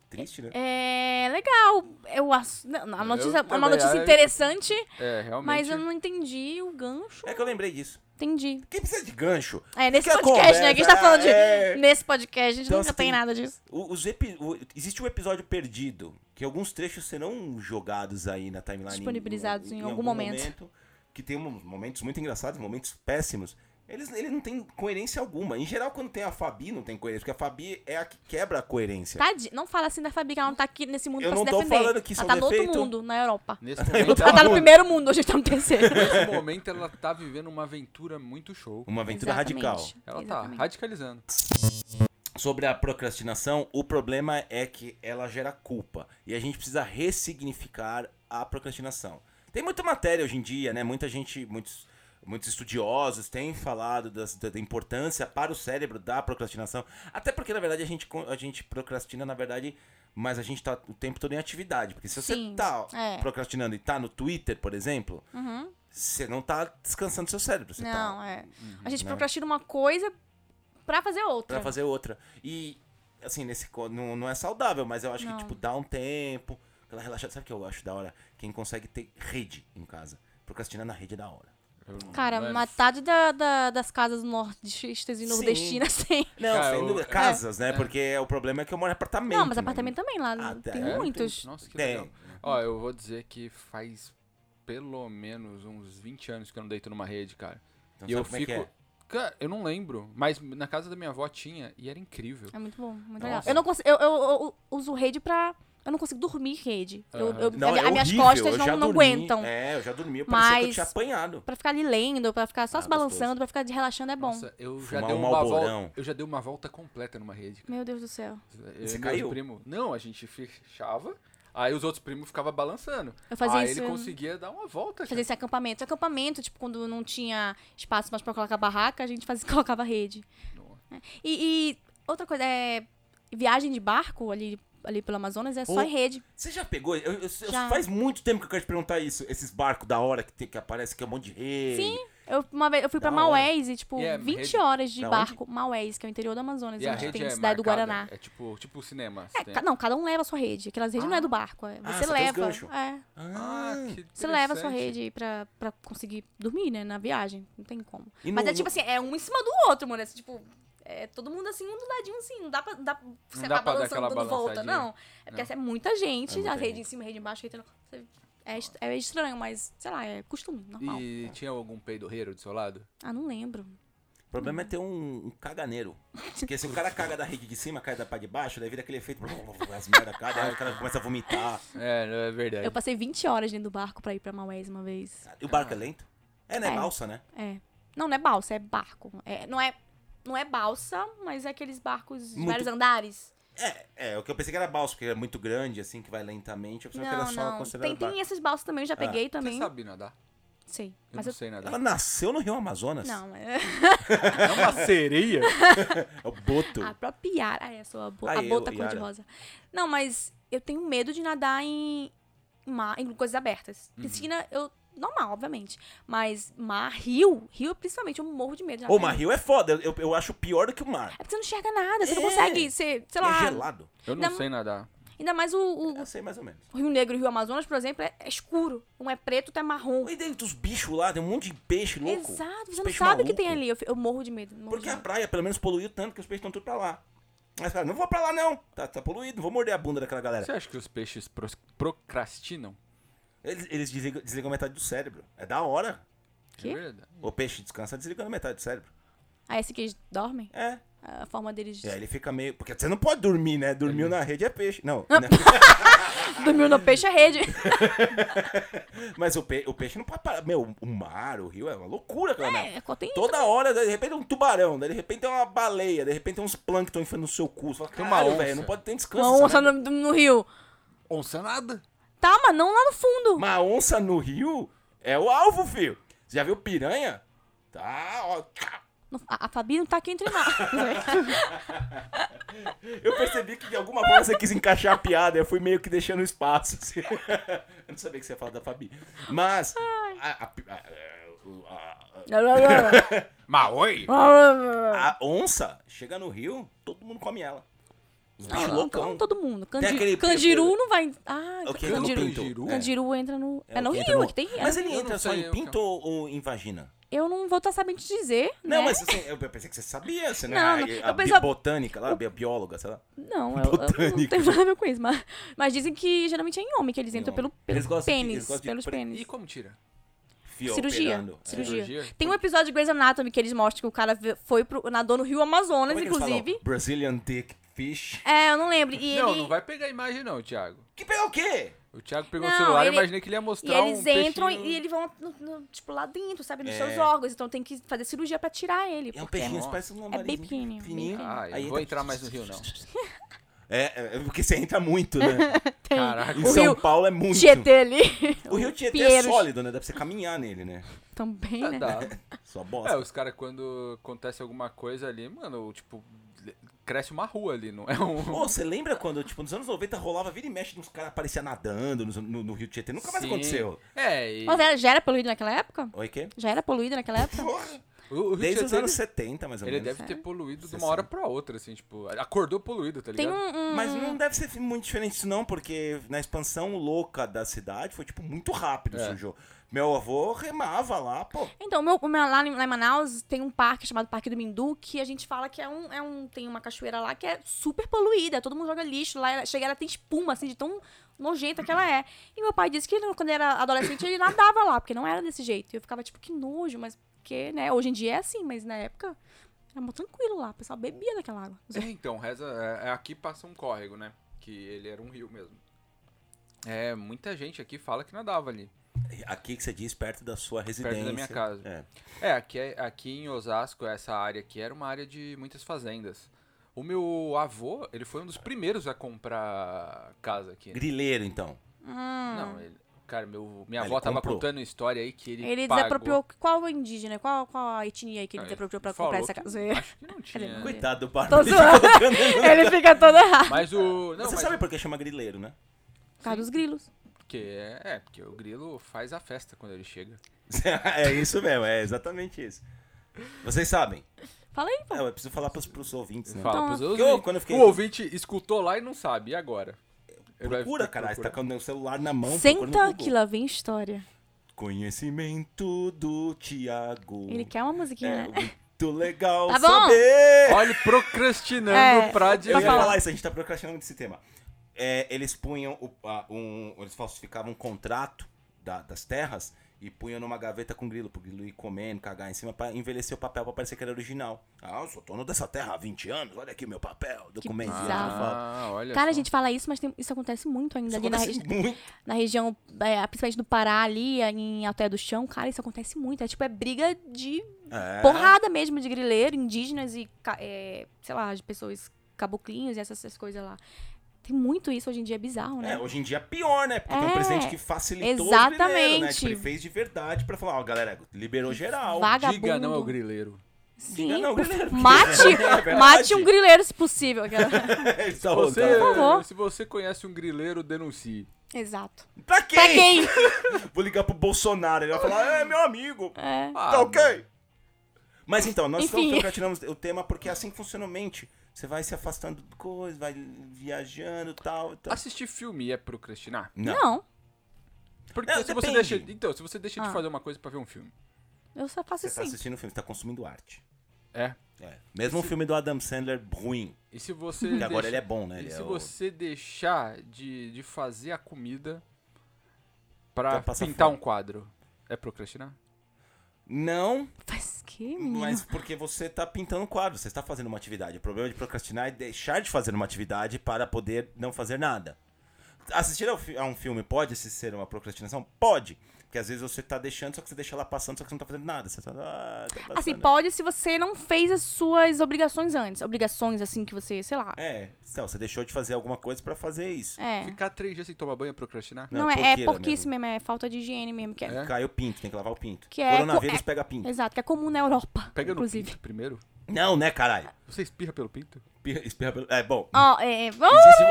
B: Triste, né?
D: É legal. Eu, ass- não, não, a notícia, é uma
C: também
D: notícia
C: acho.
D: interessante,
C: É, realmente.
D: mas eu não entendi o gancho.
B: É que eu lembrei disso.
D: Entendi.
B: Quem precisa de gancho?
D: É, nesse
B: Que a
D: podcast, né? Que a gente tá
B: conversa
D: falando de.
B: é-
D: Nesse podcast, a gente
B: Então,
D: nunca
B: você
D: tem
B: tem-
D: nada disso.
B: O- os epi- o- existe um episódio perdido, que alguns trechos serão jogados aí na timeline.
D: Disponibilizados em algum momento.
B: Que tem um- momentos muito engraçados, momentos péssimos. Eles, ele não tem coerência alguma. Em geral, quando tem a Fabi, não tem coerência, porque a Fabi é a que quebra a coerência.
D: Tadi, não fala assim da Fabi, que ela não tá aqui nesse mundo
B: Eu
D: pra
B: não
D: se
B: tô
D: defender.
B: falando que isso é
D: ela tá
B: um
D: no outro
B: defeito.
D: mundo, na Europa.
C: Nesse momento,
D: Ela tá no
C: ela,
D: primeiro mundo, a gente tá no terceiro.
C: nesse momento ela tá vivendo uma aventura muito show.
B: Uma aventura
D: Exatamente.
B: é radical.
C: Ela
D: Exatamente.
C: tá radicalizando.
B: Sobre a procrastinação, o problema é que ela gera culpa. E a gente precisa ressignificar a procrastinação. Tem muita matéria hoje em dia, né? Muita gente, muitos, muitos estudiosos têm falado das- da, da importância para o cérebro da procrastinação. Até porque, na verdade, a gente, co- a gente procrastina, na verdade, mas a gente tá o tempo todo em atividade. Porque se
D: Sim,
B: você tá
D: é.
B: procrastinando e tá no Twitter, por exemplo,
D: Uhum.
B: você não tá descansando seu cérebro. Você tá
D: Não, é. A gente
B: né?
D: procrastina uma coisa pra fazer outra.
B: Pra fazer outra. E, assim, nesse co- não, não é saudável, mas eu acho
D: Não.
B: que, tipo, dá um tempo, aquela relaxada. Sabe o que eu acho da hora? Quem consegue ter rede em casa. Procrastinar na rede é da hora.
D: Cara,
C: Mano,
D: metade da- da- das casas nordestistas e
B: Sim.
D: nordestinas tem.
B: Não,
C: Cara,
B: sem
C: eu-
B: dúvida,
C: é.
B: casas, né? Porque o problema é que eu moro em apartamento.
D: Não, mas
B: né?
D: apartamento também lá.
B: Ah, tá.
D: tem
B: É,
D: muitos.
C: Nossa, que
B: Tem.
C: legal. Ó, eu vou dizer que faz pelo menos uns 20 anos que eu não deito numa rede, cara.
B: Então,
C: e eu
B: sabe
C: fico.
B: como é que é?
C: Cara, eu não lembro, mas na casa da minha avó tinha e era incrível.
D: É muito bom, muito
B: Nossa.
D: legal. Eu não consigo. Eu, eu- eu uso rede pra. Eu não consigo dormir rede. Eu,
C: Aham.
D: eu-
B: Não,
D: a-
B: é
D: a minhas
B: horrível,
D: costas
B: eu
D: não,
B: já
D: não
B: dormi.
D: aguentam.
B: É, eu já dormi, parecia que eu
D: Mas-
B: tinha apanhado.
D: Pra ficar ali lendo, pra ficar só
B: Ah,
D: se
B: gostoso.
D: balançando, pra ficar de relaxando é bom.
C: Nossa, eu já
B: Fumar
C: dei
B: um
C: uma
B: Marlborão.
C: volta. Eu já dei uma volta completa numa rede.
D: Meu Deus do céu.
C: Eu
B: Você
C: e meus
B: caiu?
C: primo. Não, a gente fechava, aí os outros primos ficavam balançando.
D: Eu fazia
B: Ah,
C: aí
D: isso.
C: ele conseguia dar uma volta.
D: Fazer esse acampamento. Acampamento, tipo, quando não tinha espaço mais pra colocar barraca, a gente fazia, colocava rede. É.
C: cara. Nossa.
D: E, e outra coisa, é. Viagem de barco ali, ali pelo Amazonas é só
B: Pô.
D: em rede.
B: Você já pegou? Eu- eu- eu-
D: Já.
B: faz muito tempo que eu quero te perguntar isso. Esses barcos da hora que, tem, que aparece, que é um monte de rede.
D: Sim, eu, uma vez, eu fui
B: Da
D: pra
B: hora.
D: Maués e, tipo,
C: E é
D: 20
C: rede-
D: horas de
B: Da
D: barco. Maués, que é o interior do Amazonas,
C: E a
D: onde
C: rede
D: tem
C: é
D: cidade
C: marcada,
D: do Guaraná.
C: É tipo, tipo cinema.
D: É,
C: tem-
D: ca- não, cada um leva a sua rede. Aquelas redes não é do barco. é-
B: Ah,
D: Você
B: só tem os
D: leva.
B: ganchos.
D: É,
C: Ah, que
D: você leva a sua
C: interessante.
D: rede aí pra, pra conseguir dormir, né? Na viagem. Não tem como.
B: E
D: Mas
B: no-
D: é tipo
B: no-
D: assim, é um em cima do outro, mano. É, tipo, é todo mundo assim, um do ladinho assim. Não dá pra. Dá, você
C: dá
D: vai
C: pra dar
D: balançando
C: aquela
D: dando volta,
C: balançadinha.
D: não. É porque essa é muita gente.
B: É muita
D: a rede
B: gente.
D: em cima, rede embaixo, rede. você- É, est- é estranho, mas, sei lá, é costume, normal.
C: E tinha algum peidorreiro do seu lado?
D: Ah, não lembro.
B: O problema é ter um, um caganeiro. Porque se o cara caga da rede de cima, cai da parte de baixo, daí vira aquele efeito. As merda cai, daí o cara começa a vomitar.
C: É, não é verdade.
D: Eu passei 20 horas dentro do barco pra ir pra Maués uma vez.
B: E o barco é lento? É, né?
D: É.
B: Balsa, né?
D: É. Não, não é balsa, é barco. É, não, é, não é balsa, mas é aqueles barcos de
B: Muito-
D: vários andares.
B: É, é. O que eu pensei que era balsa, porque é muito grande, assim, que vai lentamente. Eu pensava que era
D: Não,
B: só
D: não.
B: considerado
D: Tem, tem
B: barco. Ah.
D: esses balsas também, eu já peguei
C: Você
D: também.
C: sabe nadar?
D: Sei.
C: Eu
D: Mas
C: não
D: eu.
C: sei nadar.
B: Ela nasceu no Rio Amazonas?
D: Não, é.
C: É uma sereia?
B: É o Boto.
D: A própria Yara. Ah, é, sou a, bo-
B: Ah,
D: a
B: eu,
D: bota
B: Yara.
D: cor-de-rosa. Não, mas eu tenho medo de nadar em, mar, em coisas abertas.
B: Uhum.
D: Piscina, eu. Normal, obviamente. Mas mar, rio, rio principalmente, eu morro de medo de nadar.
B: Ô,
D: em
B: mas
D: rio.
B: Rio é foda. Eu, eu acho pior do que o mar.
D: É porque você não enxerga nada, você não
B: É.
D: consegue, você, sei
B: É
D: lá.
B: gelado.
C: Eu não
D: Não.
C: sei nadar.
D: Ainda mais o- o,
B: Eu sei mais ou menos.
D: O Rio Negro e o Rio Amazonas, por exemplo, é é escuro. Um é preto, outro é marrom.
B: E daí dos bichos lá, tem um monte de peixe louco.
D: Exato,
B: Os
D: você não
B: peixes
D: sabe o que tem
B: malucos.
D: ali. Eu, fi- eu morro de medo. morro
B: Porque
D: de
B: a
D: medo.
B: praia, pelo menos, poluiu tanto que os peixes estão tudo pra lá. Mas, cara, não vou pra lá, não. Tá, tá poluído, não vou morder a bunda daquela galera.
C: Você acha que os peixes pros- procrastinam?
B: Eles, eles desligam, desligam metade do cérebro. É da hora.
C: É
D: Quê?
C: verdade.
B: O peixe descansa desligando metade do cérebro.
D: Ah, esse que eles dormem?
B: É.
D: A forma deles de...
B: E aí ele fica meio. Porque você não pode dormir, né? Dormiu na rede é peixe. Não. né?
D: Dormiu no peixe é rede.
B: Mas o, pe- o peixe não pode parar. Meu, o mar, o rio é uma loucura, cara.
D: É, é, tem isso.
B: Toda hora, de repente é um tubarão, daí de repente é uma baleia, de repente é uns plâncton enfiando no seu cu. Você fala,
C: Tem uma
B: caralho,
C: onça.
B: velho, não pode ter descanso.
D: Uma
B: essa
D: onça
B: merda."
D: no, no rio.
C: Onça nada.
D: Tá, mas não lá no fundo.
B: Uma onça no rio é o alvo, filho. Você já viu piranha? Tá, ó.
D: No- a, a Fabi não tá aqui entre nós.
B: Eu percebi que de alguma forma você quis encaixar a piada, eu fui meio que deixando espaço. assim. eu não sabia que você ia falar da Fabi. Mas. A, a pi- a- a-
C: Mas oi!
B: a- a onça chega no rio, todo mundo come ela. Os
D: Não,
B: bichos
D: não,
B: loucão.
D: não todo mundo. Candi-
B: aquele
D: Candiru não vai. Ah,
B: É o que entra no
D: Candiru.
B: pinto.
C: Candiru?
B: É.
D: Candiru entra no. É,
B: o
D: no
B: que
D: Rio,
B: entra no-
D: aqui tem.
B: Mas
D: é-
B: ele
C: Eu não
B: entra só
C: sei
B: em
C: o que é.
B: pinto ou, ou em vagina?
D: Eu não vou estar sabendo te dizer.
B: Não,
D: né?
B: mas assim, eu pensei que você sabia, você não,
D: Não,
B: é
D: não.
B: a- a,
D: Eu pensava-
B: botânica lá, a bióloga, sei lá.
D: Não, eu, eu não
B: Botânico.
D: tenho nada a ver com isso. Mas, mas dizem que geralmente é em homem que eles
B: Em
D: entram
B: homem.
D: pelo, pelo
B: Eles gostam de-
D: pênis.
B: eles gostam de
D: pelos
B: pre-
C: E
D: pênis.
C: como tira?
B: Fio
D: Cirurgia,
B: operando. É.
D: cirurgia.
C: Cirurgia?
D: Tem um episódio de Grey's Anatomy que eles mostram que o cara ve- foi pro, nadou no Rio Amazonas,
B: Como é que eles falam?
D: inclusive.
B: Brazilian Dick Fish.
D: É, eu não lembro. E
C: Não,
D: ele...
C: não vai pegar a imagem não, Thiago.
B: Que pegar o quê?
C: O Thiago pegou o
D: Não,
C: celular e
D: ele-
C: imaginei que ele ia
D: E
C: mostrar
D: eles
C: um
D: entram
C: peixinho-
D: e eles vão, no- no- tipo, lá dentro, sabe? Nos
B: É.
D: seus órgãos. Então tem que fazer cirurgia pra tirar ele.
B: É um
D: porque
B: peixinho,
C: Nossa.
B: parece um
D: É
B: lambariz.
D: bem pequenininho. bem
B: fininho.
D: pequenininho.
C: Ah, eu
B: Aí
C: não vou
B: entra-
C: entrar mais no Rio, não.
B: É, é porque você entra muito, né?
C: Caraca.
B: Em
D: O
B: São
D: Rio
B: Paulo é muito.
D: Tietê ali.
B: O Rio Tietê é
D: Pinheiros.
B: sólido, né? Dá pra você caminhar nele, né?
D: Também, né?
C: Dá.
B: Só
C: tá É,
B: bosta.
C: os caras quando acontece alguma coisa ali, mano, tipo, cresce uma rua ali, não é um...
B: Ô, você lembra quando, tipo, nos anos 90 rolava vira e mexe uns caras apareciam nadando nos- no, no Rio Tietê? Nunca mais
C: Sim.
B: aconteceu.
C: É, e
D: Nossa, já era poluído naquela época?
B: Oi, quê?
D: Já era poluído naquela época?
B: Porra!
C: o, o Rio
B: Desde os
C: Tietê,
B: anos
C: ele,
B: 70, mais ou
C: ele
B: menos.
C: deve
D: É.
C: ter poluído de uma
B: 60.
C: hora pra outra, assim, tipo, acordou poluído, tá
D: Tem
C: ligado?
D: um... um-
B: Mas não deve ser muito diferente isso não, porque na expansão louca da cidade foi, tipo, muito rápido
C: É.
B: surgiu. Meu avô remava lá, pô.
D: Então, meu, o meu- lá, em, lá em Manaus tem um parque chamado Parque do Mindu, que a gente fala que é um, é um. Tem uma cachoeira lá que é super poluída, todo mundo joga lixo lá, ela- chega, ela tem espuma, assim, de tão nojenta que ela é. E meu pai disse que ele, quando era adolescente ele nadava lá, porque não era desse jeito. E eu ficava tipo, que nojo, mas porque, né? Hoje em dia é assim, mas na época era mó tranquilo lá, o pessoal bebia daquela água.
C: É, então, reza. é- é aqui passa um córrego, né? Que ele era um rio mesmo. É, muita gente aqui fala que nadava ali.
B: Aqui que você diz, perto da sua residência.
C: da minha casa.
B: É.
C: É, aqui, é- aqui em Osasco, essa área aqui era uma área de muitas fazendas. O meu avô, ele foi um dos primeiros a comprar casa aqui.
B: Grileiro, então.
D: Ah.
C: Não, ele, cara, meu, minha
B: Ele
C: avó tava
B: comprou.
C: contando história aí que ele
D: Ele
C: pagou-
D: desapropriou. Qual indígena? Qual, qual a etnia aí que ele
C: Ah,
D: desapropriou pra
C: falou
D: comprar essa
C: que-
D: casa?
C: Acho que não tinha.
B: Coitado
D: Coitado.
B: do barco.
D: Tô zoando. ele fica todo errado.
C: Mas o... Não,
B: Você
C: mas
B: sabe por que chama grileiro, né?
D: Por causa dos grilos.
C: porque é, é, porque o grilo faz a festa quando ele chega.
B: é isso mesmo, é exatamente isso. Vocês sabem.
D: Fala aí, pô.
C: um
B: É, eu preciso falar pros, pros ouvintes, né?
C: Fala
D: Então,
C: pros
B: porque eu-
C: ouvintes.
B: quando eu fiquei- assim
C: O ouvinte escutou lá e não sabe, e agora? Ele vai-
B: Procura, caralho. Você tá com o celular na mão. procura no
D: Senta
B: Google.
D: que lá vem história.
B: Conhecimento do Tiago.
D: Ele quer uma musiquinha,
B: É
D: né?
B: muito legal
D: Tá bom.
B: saber.
C: Olha, ele procrastinando
D: É,
C: pra Ah,
B: Eu
C: dizer.
B: ia falar isso, a gente tá procrastinando desse tema. É, eles punham, o- a- um, eles falsificavam um contrato da- das terras e punham numa gaveta com grilo, pro grilo ir comendo, cagar em cima, pra envelhecer o papel pra parecer que era original. Ah, eu sou dono dessa terra há 20 anos, olha aqui meu papel, documento.
D: bizarro.
B: foto.
C: ah, olha
D: Cara, a
C: só.
D: gente fala isso, mas tem- isso acontece muito ainda
B: Isso
D: ali na,
B: acontece
D: regi-
B: muito.
D: na região, é, principalmente do Pará, ali em Alter do Chão. Cara, isso acontece muito. É tipo, é briga de
B: É.
D: porrada mesmo de grileiro, indígenas e, ca- é, sei lá, de pessoas caboclinhos e essas, essas coisas lá. Tem muito isso hoje em dia, é bizarro, né?
B: É, hoje em dia é pior, né? Porque tem um
D: É,
B: presidente que facilitou o grileiro, né?
D: exatamente.
B: Tipo, ele fez de verdade pra falar, ó, galera, liberou geral.
D: é Vagabundo.
C: Diga não ao grileiro.
D: Sim.
B: Diga não, grileiro.
D: Mate,
B: É verdade.
D: mate um grileiro se possível. aquela-
B: Ele tá
C: Você,
B: rodando.
D: favor.
C: se você conhece um grileiro, denuncie.
D: Exato.
B: Pra
D: Pra quem?
B: Vou ligar pro Bolsonaro. Ele vai falar, é meu amigo.
D: É.
C: Ah,
B: tá ok. Mas então, nós
D: Enfim.
B: estamos procrastinamos o tema porque é assim que funciona a mente. Você vai se afastando de coisas, vai viajando e tal, Então, tal.
C: Assistir filme é procrastinar?
D: Não,
C: Porque
B: Não,
C: se você
B: depende.
C: deixa, então, se você deixa de
D: Ah.
C: fazer uma coisa pra ver um filme.
D: eu só faço
B: Você tá
D: assim.
B: assistindo o filme, você tá consumindo arte.
C: É.
B: É. Mesmo o filme do Adam Sandler ruim,
C: E se você
D: Uhum.
B: que agora
C: deixa-
B: ele é bom, né?
C: E
B: Ele
C: se
B: é o-
C: você deixar de, de fazer a comida pra
B: Vai passar
C: pintar
B: fome.
C: um quadro, é procrastinar?
B: Não,
D: Faz que, menino?
B: mas porque você tá pintando um quadro, você está fazendo uma atividade. O problema de procrastinar é deixar de fazer uma atividade para poder não fazer nada. Assistir ao fi- a um filme pode se ser uma procrastinação? Pode. Porque às vezes você tá deixando, só que você deixa lá passando, só que você não tá fazendo nada. Você tá, ah, tá passando.
D: Assim, pode se você não fez as suas obrigações antes. Obrigações, assim, que você, sei lá.
B: É, então, você deixou de fazer alguma coisa pra fazer isso.
D: É.
C: Ficar três dias sem tomar banho é procrastinar?
B: Não,
D: Não, é, é
B: porqueira
D: porquice mesmo. é falta de higiene mesmo. Que é,
C: É?
B: Caiu pinto, tem que lavar o pinto.
D: Que é co-
B: Coronavírus
D: é-
B: pega pinto.
D: Exato, que é comum na Europa,
C: Pega no
D: inclusive.
C: pinto primeiro.
B: Não, né, caralho?
C: Você espirra pelo pinto?
B: Espirra- espirra pelo- É, bom.
D: Ó, é, é, vamos-
B: Existe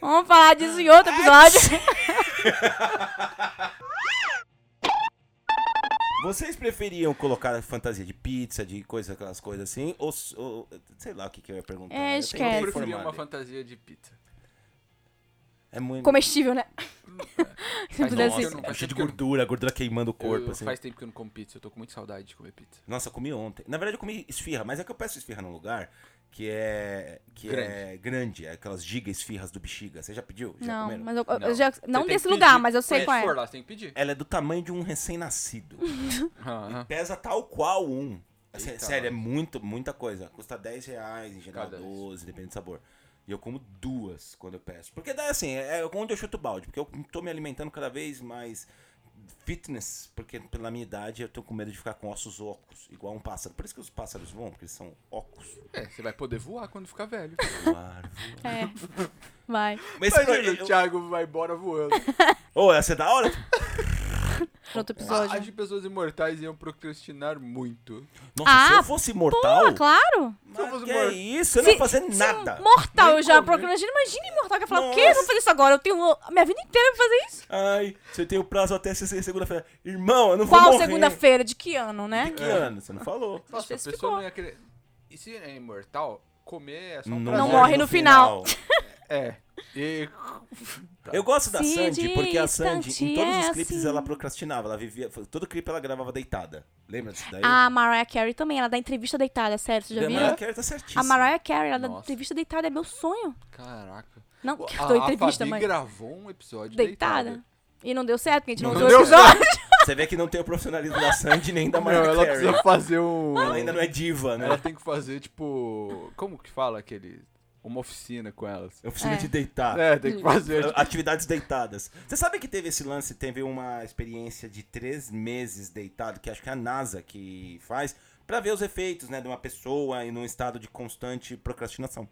B: uma...
D: vamos falar disso em
C: É.
D: outro episódio.
B: Vocês preferiam colocar fantasia de pizza, de coisa, aquelas coisas assim? Ou, ou- sei lá o que, que eu ia perguntar.
D: É,
B: Eu tenho
D: esquece.
B: que
D: Eu
C: Eu preferia
B: informar,
C: uma
B: né?
C: fantasia de pizza.
B: É muito.
D: Comestível, né? assim. Se
C: Faz tempo
D: pudesse-
C: que eu
B: Nossa,
C: não-
B: é
C: faz
B: cheio de
C: tempo que eu-
B: gordura, gordura queimando o corpo,
C: eu-
B: assim.
C: Faz tempo que eu não como pizza, eu tô com muita saudade de comer pizza.
B: Nossa, eu comi ontem. Na verdade, eu comi esfirra, mas é que eu peço esfirra num lugar que é. que é grande, é aquelas giga esfirras do bexiga. Você já pediu? Já
D: Não,
B: comeram?
D: mas eu, eu
C: Não.
D: já.
C: Você
D: Não
C: tem
D: desse
C: que
D: lugar,
C: pedir.
D: mas eu sei
C: Se
D: qual é.
C: for lá, você tem que pedir.
B: Ela é do tamanho de um recém-nascido.
C: Aham.
B: Pesa tal qual um. Assim,
C: Eita,
B: sério, é
C: mano.
B: muito, muita coisa. Custa 10 reais, em geral
C: Cada
B: 12, depende do sabor. E eu como duas quando eu peço. Porque daí assim, é onde eu chuto o balde. Porque eu tô me alimentando cada vez mais fitness. Porque pela minha idade eu tô com medo de ficar com ossos ocos, igual um pássaro. Por isso que os pássaros voam, porque eles são ocos.
C: É, você vai poder voar quando ficar velho.
B: Voar, voar.
D: É. Vai.
B: Mas
C: Imagina,
B: eu-
C: o Thiago vai embora voando.
B: Ô, essa é da hora?
D: No outro
C: As
D: episódio.
C: Ah, de pessoas imortais iam procrastinar muito.
B: Nossa, se
D: Ah,
B: eu fosse imortal.
D: Ah, claro.
B: mas
C: se eu fosse
B: que
C: imortal-
B: isso? Eu não
D: Se-
B: ia fazer
D: se um
B: nada.
D: mortal,
C: Nem
D: eu já
C: comer.
D: procuro. Imagina, imagina imortal que ia falar, o quê?
B: Nossa.
D: Eu vou fazer isso agora. Eu tenho a minha vida inteira pra fazer isso.
B: Ai, você tem o prazo até se- se- segunda-feira. Irmão, eu não vou
D: Qual
B: morrer.
D: segunda-feira? De que ano, né?
B: De
C: É.
B: que ano? Você não falou.
C: Nossa, a pessoa não ia querer. E se é imortal, comer é só um
D: Não
C: prazer.
D: morre no final.
C: É. E
B: Eu gosto da
D: Se
B: Sandy porque a Sandy, em
D: distante
B: todos os
D: é
B: clipes,
D: assim.
B: ela procrastinava. Ela vivia. Todo clipe ela gravava deitada. Lembra disso daí?
D: A Mariah Carey também, ela dá entrevista deitada, sério, você Ah, já
B: a
D: viu?
B: Mariah Carey tá certíssima.
D: A Mariah Carey, ela dá
C: Nossa.
D: entrevista deitada, é meu sonho.
C: Caraca.
D: Não,
C: A,
D: que eu dou
C: a
D: entrevista,
C: Fabi
D: mas
C: gravou um episódio
D: deitada.
C: deitada.
D: E não deu certo, porque a gente não,
C: Não
D: usou
C: deu
D: o episódio.
B: Você vê que não tem o profissionalismo da Sandy nem da
C: Não,
B: Mariah
C: ela
B: Carey.
C: precisa fazer um.
B: Ela ainda não é diva, né?
C: Ela tem que fazer, tipo. Como que fala aquele. Uma oficina com elas.
B: Oficina
D: É.
B: de deitar.
C: É, tem que fazer. tipo,
B: Atividades deitadas. Você sabe que teve esse lance, teve uma experiência de três meses deitado, que acho que é a NASA que faz, pra ver os efeitos, né, de uma pessoa em um estado de constante procrastinação.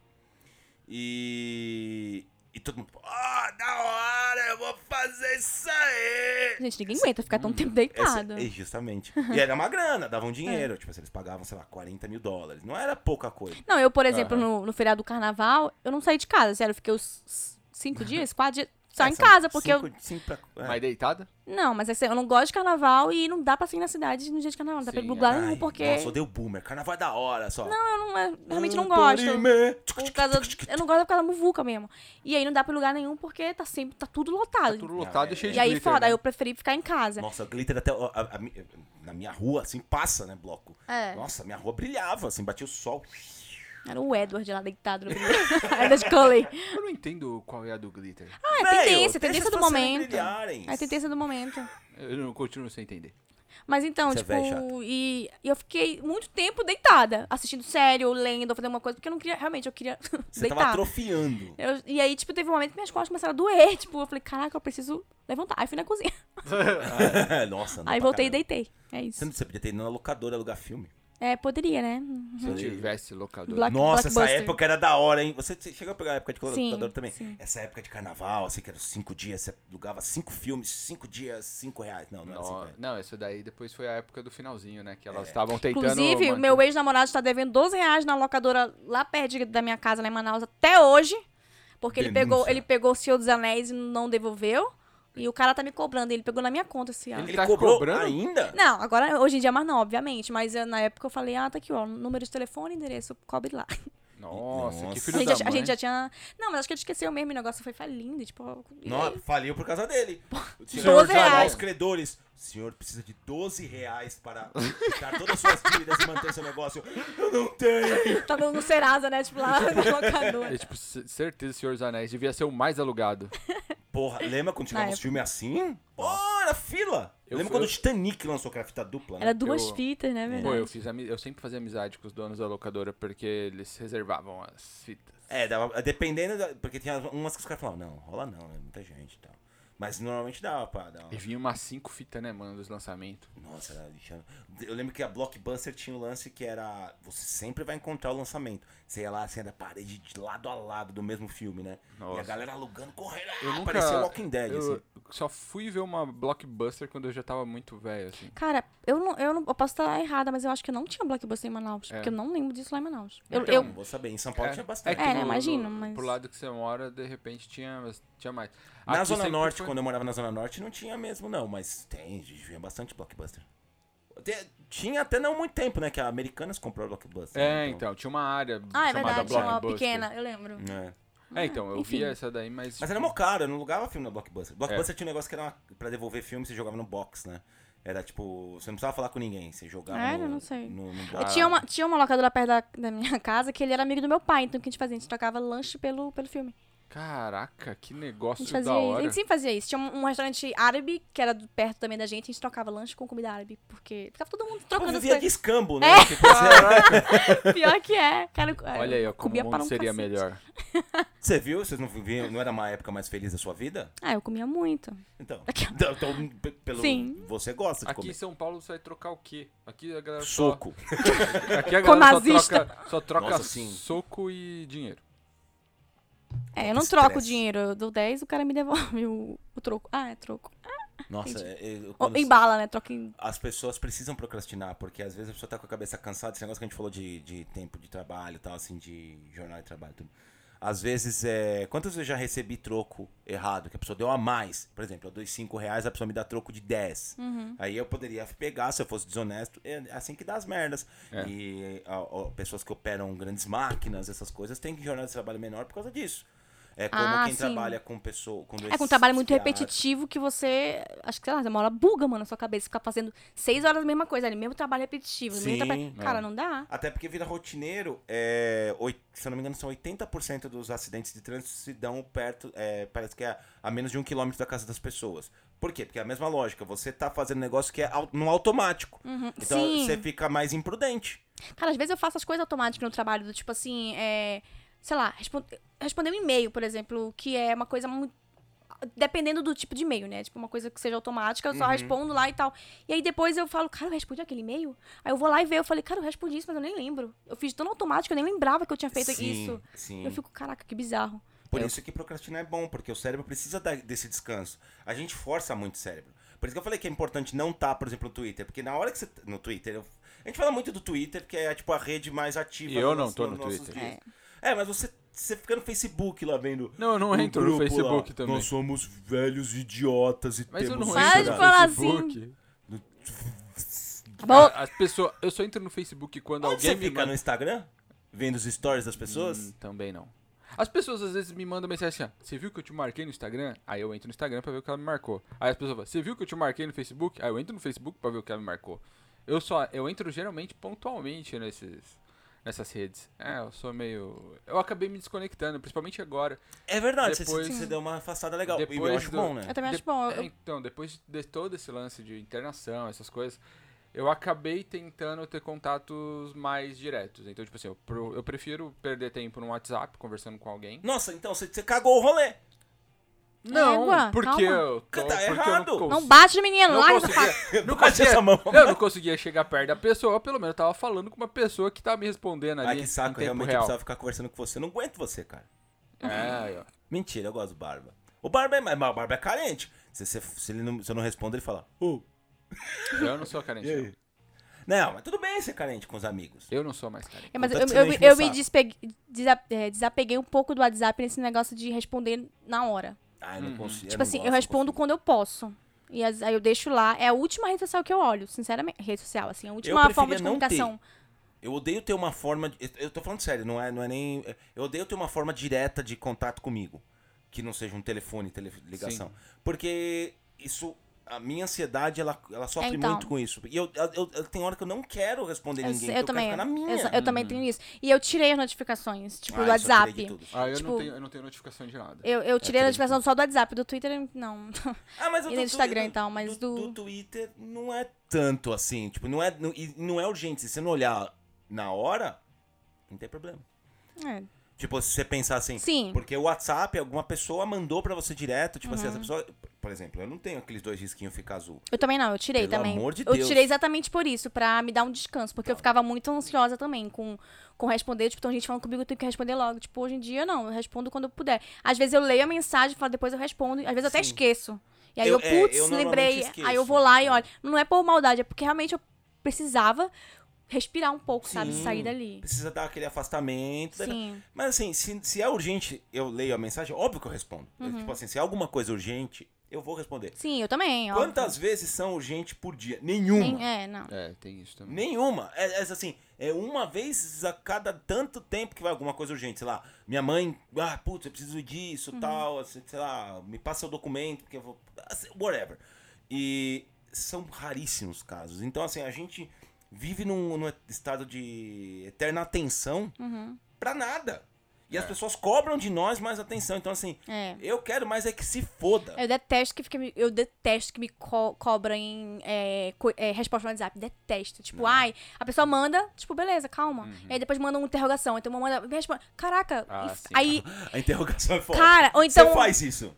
B: E. E todo mundo. Ah, da hora, eu vou fazer isso aí!
D: Gente, ninguém aguenta ficar tão tempo
B: Essa-
D: deitado. É.
B: é, justamente. E era uma grana, davam dinheiro. Tipo, assim, eles pagavam, sei lá, 40 mil dólares. Não era pouca coisa.
D: Não, eu, por exemplo,
C: Aham.
D: no, no feriado do carnaval, eu não saí de casa, sério, eu fiquei os s- cinco dias, quatro dias só
B: É,
D: em
B: são
D: casa, porque eu.
B: cinco- cinco pra- é.
C: Mas deitada?
D: Não, mas assim, eu não gosto de carnaval e não dá pra sair na cidade no dia de carnaval, não dá pra ir
C: Sim,
D: pro lugar
B: é. Ai,
D: nenhum, um, porque
B: Nossa, odeio boomer. Carnaval é da hora só.
D: eu não, eu realmente não gosto. Por causa, eu não gosto por causa da muvuca mesmo. E aí não dá pra ir lugar nenhum porque tá sempre, tá tudo lotado.
C: Tudo lotado
B: é.
C: e cheio de
D: e aí
C: glitter,
D: foda,
C: né?
D: aí eu preferi ficar em casa.
B: Nossa, glitter até. ó, a- a mi- na minha rua, assim, passa, né, bloco?
D: É.
B: Nossa, minha rua brilhava, assim, batia o sol.
D: Era o Edward lá deitado no Ainda de colei.
C: Eu não entendo qual é a do glitter.
D: Ah, é
B: Velho,
D: tendência,
B: deixa
D: tendência
B: as
D: do
B: pessoas
D: momento.
B: brilharem.
D: É tendência do momento.
C: Eu não continuo sem entender.
D: Mas então,
B: Você é
D: tipo,
B: velho chato.
D: e, e eu fiquei muito tempo deitada, assistindo série ou lendo, ou fazendo alguma coisa, porque eu não queria, realmente, eu queria
B: Você tava
D: deitar.
B: atrofiando.
D: Eu- e aí, tipo, teve um momento que minhas costas começaram a doer, tipo, eu falei, caraca, eu preciso levantar. Aí fui na cozinha.
B: Tá Nossa, não.
D: Aí voltei e deitei. É
B: Você,
D: isso.
B: não, você podia ter ido na locadora alugar filme.
D: É, poderia, né?
C: Se eu tivesse locador.
D: Black-
B: Nossa, essa
D: Blockbuster.
B: época era da hora, hein? Você te- chegou a pegar a época de
D: Sim,
B: locadora também?
D: sim.
B: Essa época de carnaval, assim, que era cinco dias, você alugava cinco filmes, cinco dias, cinco reais. Não, não era cinco
C: Não,
B: reais.
C: não, isso daí depois foi a época do finalzinho, né? Que
B: É.
C: elas estavam tentando.
D: Inclusive,
C: manter-
D: meu ex-namorado está devendo 12 reais na locadora lá perto da minha casa, lá em Manaus, até hoje. Porque ele
B: Denúncia.
D: pegou, ele pegou o Senhor dos Anéis e não devolveu. E o cara tá me cobrando, ele pegou na minha conta esse ano.
C: Ele tá cobrando?
B: ainda?
D: Não, agora hoje em dia mais não, obviamente. Mas eh, na época eu falei, ah, tá aqui, ó, número de telefone, endereço, cobre lá.
C: Nossa,
B: Nossa.
C: que
D: A
C: filho
D: gente,
C: da
D: já,
C: mãe.
D: a gente já tinha. Não, mas acho que ele esqueceu mesmo, o negócio foi falindo, e, tipo. e
B: Não,
D: aí?
B: faliu por causa dele.
D: Senhor 12
B: Jornal,
D: reais.
B: Os credores. O senhor precisa de 12 reais para quitar todas as suas dívidas e manter seu negócio. Eu não tenho.
D: Tá no, no Serasa, né? Tipo, lá na locadora.
C: É, tipo, c- certeza, Senhor dos Anéis. Devia ser o mais alugado.
B: Porra, lembra quando
D: Na
B: tirava uns
D: época.
B: filmes assim? Ora, fila.
C: Eu
B: lembra
C: fui-
B: quando o Titanic lançou a fita dupla, né?
D: Era duas
C: Eu-
D: fitas, né,
B: É
C: Pô,
D: verdade?
C: eu, fiz ami- eu sempre fazia amizade com os donos da locadora porque eles reservavam as fitas.
B: É, dava, dependendo, da- porque tinha umas que os caras falavam, não, rola não, né? Muita gente e tal. Mas normalmente dava pra dar
C: E
B: uma...
C: vinha umas cinco fitas, né, mano, dos lançamentos.
B: Nossa, era lixado. Eu lembro que a Blockbuster tinha o lance que era. Você sempre vai encontrar o lançamento. Você ia lá, assim, da parede de lado a lado do mesmo filme, né? E
C: Nossa.
B: a galera alugando, correndo.
C: Eu
B: ah,
C: nunca.
B: Parecia Walking Dead,
C: eu
B: assim.
C: só fui ver uma blockbuster quando eu já tava muito velho, assim.
D: Cara, eu não, eu não. Eu posso estar errada, mas eu acho que não tinha blockbuster em Manaus.
C: É.
D: Porque eu não lembro disso lá em Manaus. Eu,
C: Então,
D: eu-
B: Não vou saber. Em São Paulo tinha bastante.
C: que
D: É,
C: no-
D: né, imagino,
C: no-
D: mas-
C: Pro lado que você mora, de repente tinha, tinha mais.
B: Na
C: Aqui
B: Zona
C: sempre
B: Norte,
C: foi-
B: quando eu morava na Zona Norte, não tinha mesmo, não. Mas tem, tinha bastante Blockbuster. Te- Tinha até não muito tempo, né? Que a Americanas comprou a Blockbuster.
C: É,
B: né,
C: então, tinha uma área
D: Ah, é
C: chamada
D: verdade, tinha uma
C: Blockbuster.
D: pequena, eu lembro.
B: É.
C: É, então, eu
D: Enfim.
C: via essa daí, mas.
B: Mas era mó caro, eu não alugava filme na Blockbuster.
C: É.
B: Blockbuster tinha um negócio que era uma, pra devolver filme, você jogava no box, né? Era tipo, você não precisava falar com ninguém, você jogava
D: Era?
B: no,
D: Não sei.
B: no, no
D: Eu
B: box.
C: Ah.
D: tinha, uma, tinha uma locadora perto da, da minha casa que ele era amigo do meu pai, então o que a gente fazia? A gente trocava lanche pelo, pelo filme.
C: Caraca, que
D: A gente
C: negócio é da
D: fazia isso. A
C: hora.
D: gente sempre fazia isso. Tinha um, um restaurante árabe que era do- perto também da gente, a gente trocava lanche com comida árabe, porque ficava todo mundo
B: Eu
D: trocando as
B: vivia de
D: coisas. É.
B: escambo, né? Tipo, você,
D: Pior que é. Cara, eu-
C: Olha aí, ó, como
D: comia
C: o
D: para
C: mundo
D: um
C: seria
D: cacete.
C: melhor.
B: você viu? Vocês não viviam, não era uma época mais feliz da sua vida?
D: Ah, eu comia muito.
B: Então,
D: Aqui, ó.
B: então, então, p- pelo
D: Sim.
B: você gosta tipo, né? de
C: Aqui em
B: comer.
C: São Paulo você vai trocar o quê? Aqui a galera só,
B: Soco.
C: aqui a
D: Com
C: galera só
D: nazista.
C: troca, só troca
B: Nossa, sim.
C: soco e dinheiro.
D: É, eu não
B: Estresse.
D: troco o dinheiro. Eu dou 10, o cara me devolve o, o troco. Ah, é troco.
B: Nossa,
D: Entendi.
B: é- é- eu-
D: Ou
B: quando-
D: em bala, né? Troca em.
B: as pessoas precisam procrastinar, porque às vezes a pessoa tá com a cabeça cansada, esse negócio que a gente falou de, de tempo de trabalho e tal, assim, de jornal de trabalho e tudo. Às vezes, é... quantas vezes eu já recebi troco errado, que a pessoa deu a mais? Por exemplo, eu dou 5 reais, a pessoa me dá troco de 10.
D: Uhum.
B: Aí eu poderia pegar, se eu fosse desonesto, é assim que dá as merdas.
C: É.
B: E ó, ó, pessoas que operam grandes máquinas, essas coisas, têm jornal de trabalho menor por causa disso. É como
D: Ah,
B: quem
D: sim.
B: trabalha com pessoa. Com
D: É com um
B: doenças
D: trabalho muito
B: psiquiátricas.
D: repetitivo que você. Acho que, sei lá, uma hora buga, mano, na sua cabeça. Ficar fazendo seis horas a mesma coisa ali, mesmo trabalho repetitivo. mesmo
B: Sim,
D: trabalho-
C: é.
D: Cara, não dá.
B: Até porque vira rotineiro, é, oit- se eu não me engano, são 80% dos acidentes de trânsito se dão perto, é, parece que é a menos de um quilômetro da casa das pessoas. Por quê? Porque é a mesma lógica, você tá fazendo negócio que é au- no automático. Então
D: Uhum. Sim.
B: você fica mais imprudente.
D: Cara, às vezes eu faço as coisas automáticas no trabalho, do tipo assim, é. Sei lá, respon- responder um e-mail, por exemplo, que é uma coisa muito. Dependendo do tipo de e-mail, né? Tipo, uma coisa que seja automática,
B: Uhum.
D: eu só respondo lá e tal. E aí depois eu falo, cara, eu respondi aquele e-mail? Aí eu vou lá e vejo, eu falei, cara, eu respondi isso, mas eu nem lembro. Eu fiz tão automático, eu nem lembrava que eu tinha feito isso.
B: Sim.
D: Eu fico, caraca, que bizarro.
B: Por
D: Eu-
B: isso que procrastinar é bom, porque o cérebro precisa da- desse descanso. A gente força muito o cérebro. Por isso que eu falei que é importante não estar, por exemplo, no Twitter, porque na hora que você. tá, No Twitter, eu- a gente fala muito do Twitter, porque é tipo a rede mais ativa.
C: Eu
B: no
C: não
B: nosso-
C: tô no
B: nossos
C: Twitter.
B: dias. É. mas você, você fica no Facebook lá vendo.
C: Não, eu não
B: um
C: entro no
B: grupo
C: Facebook
B: lá,
C: também.
B: Nós somos velhos idiotas e
C: Mas eu
B: temos.
C: não
D: Para de
C: entro
D: falar
C: no
D: assim.
C: Facebook.
D: Tá bom?
C: As pessoas, eu só entro no Facebook quando
B: Onde
C: alguém
B: você
C: me
B: fica
C: manda
B: no Instagram? Vendo os stories das pessoas?
C: Hum, também não. As pessoas às vezes me mandam mensagem assim, ó, você viu que eu te marquei no Instagram? Aí eu entro no Instagram pra ver o que ela me marcou. Aí as pessoas falam, você viu que eu te marquei no Facebook? Aí eu entro no Facebook pra ver o que ela me marcou. Eu só, eu entro geralmente pontualmente nesses, nessas redes. É, eu sou meio... Eu acabei me desconectando, principalmente agora.
B: É verdade, você-
C: Depois-
B: você, deu uma afastada legal. e eu
C: Depois
B: acho
C: do-
B: bom, né?
D: Eu também acho
C: De-
D: bom.
C: é,
D: Eu-
C: Então, depois de todo esse lance de internação, essas coisas, eu acabei tentando ter contatos mais diretos. Então, tipo assim, eu, pro- eu prefiro perder tempo no WhatsApp conversando com alguém.
B: Nossa, então você, você cagou o rolê.
C: Não,
D: Égua,
C: porque
D: calma.
C: eu. Tô,
B: Tá
C: porque
B: errado.
C: Eu não,
D: Não
C: cons-
D: bate no menino,
C: não
D: larga essa faca.
C: conseguia, não
B: Bate
C: conseguia,
B: essa mão.
C: eu não conseguia chegar perto da pessoa, pelo menos eu tava falando com uma pessoa que tá me respondendo ali.
B: Ai, Ah, que saco,
C: em tempo
B: realmente eu
C: real.
B: precisava ficar conversando com você. Eu não aguento você, cara.
C: É, aí, ó.
B: Mentira, eu gosto do Barba. O Barba é, mas o Barba é carente. Se, se, se ele não, se eu não respondo, ele fala, ô,
C: Eu não sou carente.
B: e
C: não.
B: aí? Não, mas tudo bem ser carente com os amigos.
C: Eu não sou mais carente.
D: É, mas eu,
B: Contato
D: eu,
B: Tá silêncio
D: eu
B: no
D: me
B: saco.
D: despegue- desa- é, desapeguei um pouco do WhatsApp nesse negócio de responder na hora.
B: Ah, eu
C: Uhum.
B: não consigo.
D: tipo
B: não
D: assim,
B: gosto,
D: eu
B: não
D: respondo
B: consigo.
D: quando eu posso. E as- aí eu deixo lá. É a última rede social que eu olho, sinceramente. Rede social, assim, a última
B: preferia
D: forma de
B: não
D: comunicação.
B: Eu odeio ter uma forma. de- eu- Eu tô falando sério, não é, não é nem. Eu odeio ter uma forma direta de contato comigo. Que não seja um telefone, tele, ligação. Porque isso. A minha ansiedade, ela, ela sofre
D: então.
B: muito com isso. E eu, eu, eu- eu- tem hora que eu não quero responder
D: Eu,
B: ninguém.
D: eu
B: porque eu
D: também. é.
B: Quero ficar na minha. Hum.
D: exa- Eu também tenho isso. E eu tirei as notificações, tipo,
B: Ah,
D: do
B: isso eu tirei de
D: WhatsApp.
B: tudo.
C: Ah, eu, não
D: tipo-
C: tenho, eu não tenho notificação de nada.
D: Eu, eu tirei a notificação só do WhatsApp, do Twitter, não.
B: Ah, mas
D: E
B: o
D: no
B: do
D: Instagram
B: Twitter-
D: e tal, mas
B: do,
D: do-
B: Twitter não é tanto assim, tipo, não é, não, e não é urgente. Se você não olhar na hora, não tem problema.
D: É.
B: Tipo, se você pensar assim,
D: Sim.
B: porque o WhatsApp, alguma pessoa mandou pra você direto, tipo
D: Uhum.
B: assim, essa pessoa, por exemplo, eu não tenho aqueles dois risquinhos ficar azul.
D: Eu também não, eu tirei
B: Pelo
D: também.
B: amor de
D: eu
B: Deus.
D: tirei exatamente por isso, pra me dar um descanso, porque eu ficava muito ansiosa também com, com responder. Tipo, tem gente falando comigo, eu tenho que responder logo. Tipo, hoje em dia não, eu respondo quando eu puder. Às vezes eu leio a mensagem, falo, depois eu respondo, às vezes eu até
B: Sim.
D: esqueço. E aí
B: Eu-
D: eu,
B: é, eu
D: putz,
B: normalmente
D: lembrei.
B: esqueço.
D: Aí eu vou lá e olho. Não é por maldade, é porque realmente eu precisava respirar um pouco, sabe?
B: Sim.
D: Sair dali.
B: Precisa dar aquele afastamento. daí-
D: Sim.
B: Mas assim, se, se é urgente, eu leio a mensagem, óbvio que eu respondo. Eu, tipo assim, se é alguma coisa urgente, eu vou responder.
D: Uhum. Sim, eu também, ó.
B: Quantas vezes são urgente por dia? Nenhuma.
D: Nem- É, não.
C: É, tem isso também.
B: Nenhuma. É, é assim, é uma vez a cada tanto tempo que vai alguma coisa urgente, sei lá. Minha mãe, ah, putz, eu preciso disso,
D: Uhum.
B: tal, assim, sei lá, me passa o documento, porque eu vou. assim, Whatever. E são raríssimos casos. Então, assim, a gente vive num, num estado de eterna atenção
D: Uhum.
B: pra nada. E as pessoas cobram de nós mais atenção. Então, assim,
D: É.
B: eu quero mais é que se foda.
D: Eu detesto que fica me, eu detesto que me co- cobrem é, co- é, resposta no WhatsApp. Detesto. Tipo, ai, a pessoa manda, tipo, beleza, calma. E aí depois manda uma interrogação. Então uma manda, me responde. Caraca,
C: Uhum. Ah,
D: e-
C: sim.
D: aí.
B: A interrogação é foda.
D: Cara, ou então.
B: Você faz isso.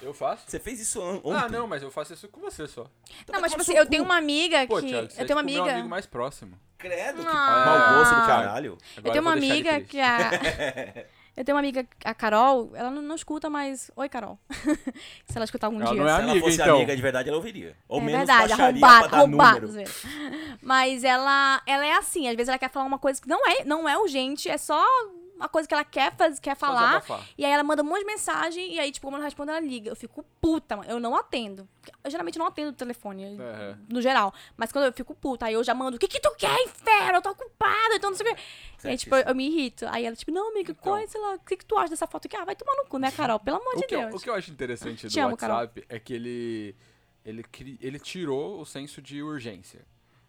C: Eu faço?
B: Você fez isso an- ontem.
C: Ah, não, mas eu faço isso com você só.
D: Não, mas tipo
B: Toma
D: assim,
B: seu
D: eu
B: cu.
D: tenho uma amiga que.
C: Pô, Thiago, você
D: eu tenho uma
C: é, tipo, meu
D: amiga.
C: amigo mais próximo.
B: Credo, que
D: Ah.
B: mau gosto do caralho.
D: Eu
C: Agora
D: tenho uma
C: vou deixar ele
D: amiga
C: triste.
D: que a. Eu tenho uma amiga, a Carol, ela não, não escuta, mas. Oi, Carol. Se ela escutar algum
C: Ela
D: dia.
C: não
B: Se
C: é
B: ela
C: Amiga,
B: fosse
C: então.
B: amiga de verdade, ela ouviria. Ou
D: é
B: menos
D: verdade,
B: baixaria
D: arrombada,
B: pra dar
D: arrombada.
B: número.
D: zoeira. Mas ela, ela é assim, às vezes ela quer falar uma coisa que não é, não é urgente, é só uma coisa que ela quer fazer, quer
C: Só
D: falar.
C: desabafar.
D: E aí ela manda um monte de mensagem e aí, tipo, como ela responde, ela liga. Eu fico puta, mano. Eu não atendo. Eu geralmente não atendo o telefone,
C: Aham.
D: no geral. Mas quando eu fico puta, aí eu já mando, o que que tu quer, inferno? Eu tô ocupada, então não sei o quê. E aí, tipo, eu, eu me irrito. Aí ela, tipo, não, amiga,
C: Então.
D: coisa, sei lá, o que que tu acha dessa foto aqui? Ah, vai tomar no cu, né, Carol? Pelo amor
C: O
D: de
C: que, eu,
D: Deus.
C: o que é eu acho interessante
D: Te
C: do
D: amo, Carol.
C: WhatsApp é que ele, ele, cri- ele tirou o senso de urgência.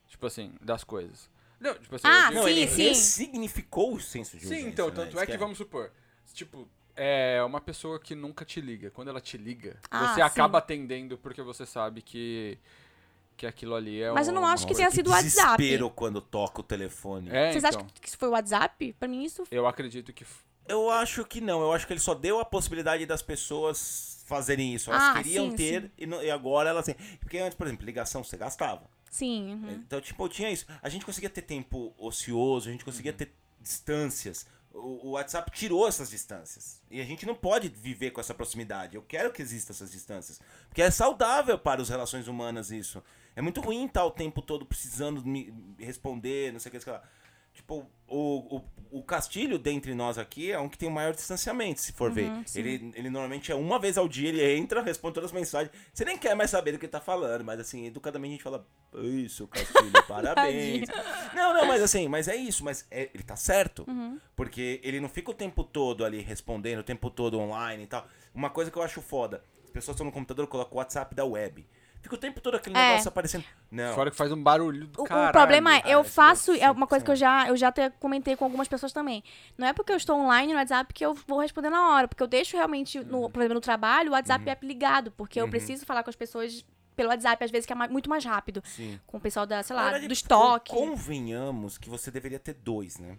C: Tipo assim, das coisas. Não, tipo assim,
D: Ah,
C: eu digo-
B: Não, ele
D: Sim, sim.
B: ressignificou o senso de
C: Sim,
B: urgência,
C: então,
B: né?
C: tanto
B: Isso
C: é que vamos supor. Tipo, é uma pessoa que nunca te liga. Quando ela te liga,
D: Ah,
C: você
D: sim.
C: acaba atendendo porque você sabe que, que aquilo ali é
D: Mas eu não
C: um-
D: acho que
B: Nossa,
D: tenha sido o WhatsApp.
B: desespero quando toca o telefone.
C: É,
D: Vocês
C: então,
D: acham que isso foi o WhatsApp? Pra mim, isso
C: eu acredito que... f-
B: Eu acho que não. Eu acho que ele só deu a possibilidade das pessoas fazerem isso. Elas
D: Ah,
B: queriam
D: sim,
B: ter E, não- e agora elas... têm. Porque antes, por exemplo, ligação você gastava.
D: Sim. uhum.
B: Então, tipo, tinha isso. A gente conseguia ter tempo ocioso, a gente conseguia ter distâncias. O, o WhatsApp tirou essas distâncias. E a gente não pode viver com essa proximidade. Eu quero que existam essas distâncias. Porque é saudável para as relações humanas isso. É muito ruim estar o tempo todo precisando me me responder, não sei o que, não sei o que lá. Tipo, o, o, o Castilho, dentre nós aqui, é um que tem o maior distanciamento, se for ver. Ele, ele normalmente é uma vez ao dia, ele entra, responde todas as mensagens. Você nem quer mais saber do que ele tá falando, mas assim, educadamente a gente fala, isso, Castilho, parabéns. não, não, mas assim, mas é isso, mas é- ele tá certo. Porque ele não fica o tempo todo ali respondendo, o tempo todo online e tal. Uma coisa que eu acho foda, as pessoas estão no computador, colocam o WhatsApp da web. Fica o tempo todo aquele
D: É.
B: negócio aparecendo. Não.
C: Fora que faz um barulho do
D: O, o
C: caralho.
D: problema é,
B: cara,
D: eu
B: isso
D: faço.
B: deve
D: É
B: ser-
D: uma coisa que eu já, eu já até comentei com algumas pessoas também. Não é porque eu estou online no WhatsApp que eu vou responder na hora, porque eu deixo realmente, no, por exemplo, no trabalho, o WhatsApp app ligado, porque eu preciso falar com as pessoas pelo WhatsApp, às vezes, que é ma- muito mais rápido.
B: Sim.
D: Com o pessoal da, sei
B: Na
D: lá,
B: verdade,
D: do estoque. É,
B: con- tipo, Convenhamos que você deveria ter dois, né?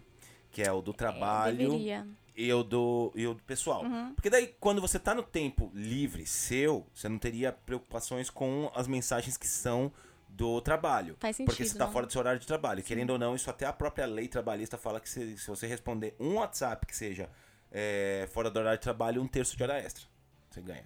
B: Que é o do
D: É,
B: trabalho
D: deveria.
B: e o do, e o do pessoal.
D: Uhum.
B: Porque daí, quando você tá no tempo livre seu, você não teria preocupações com as mensagens que são do trabalho.
D: Faz sentido,
B: porque você tá
D: né?
B: fora do seu horário de trabalho. Querendo ou não, isso até a própria lei trabalhista fala que se, se você responder um WhatsApp que seja é, fora do horário de trabalho, um terço de hora extra. Você ganha.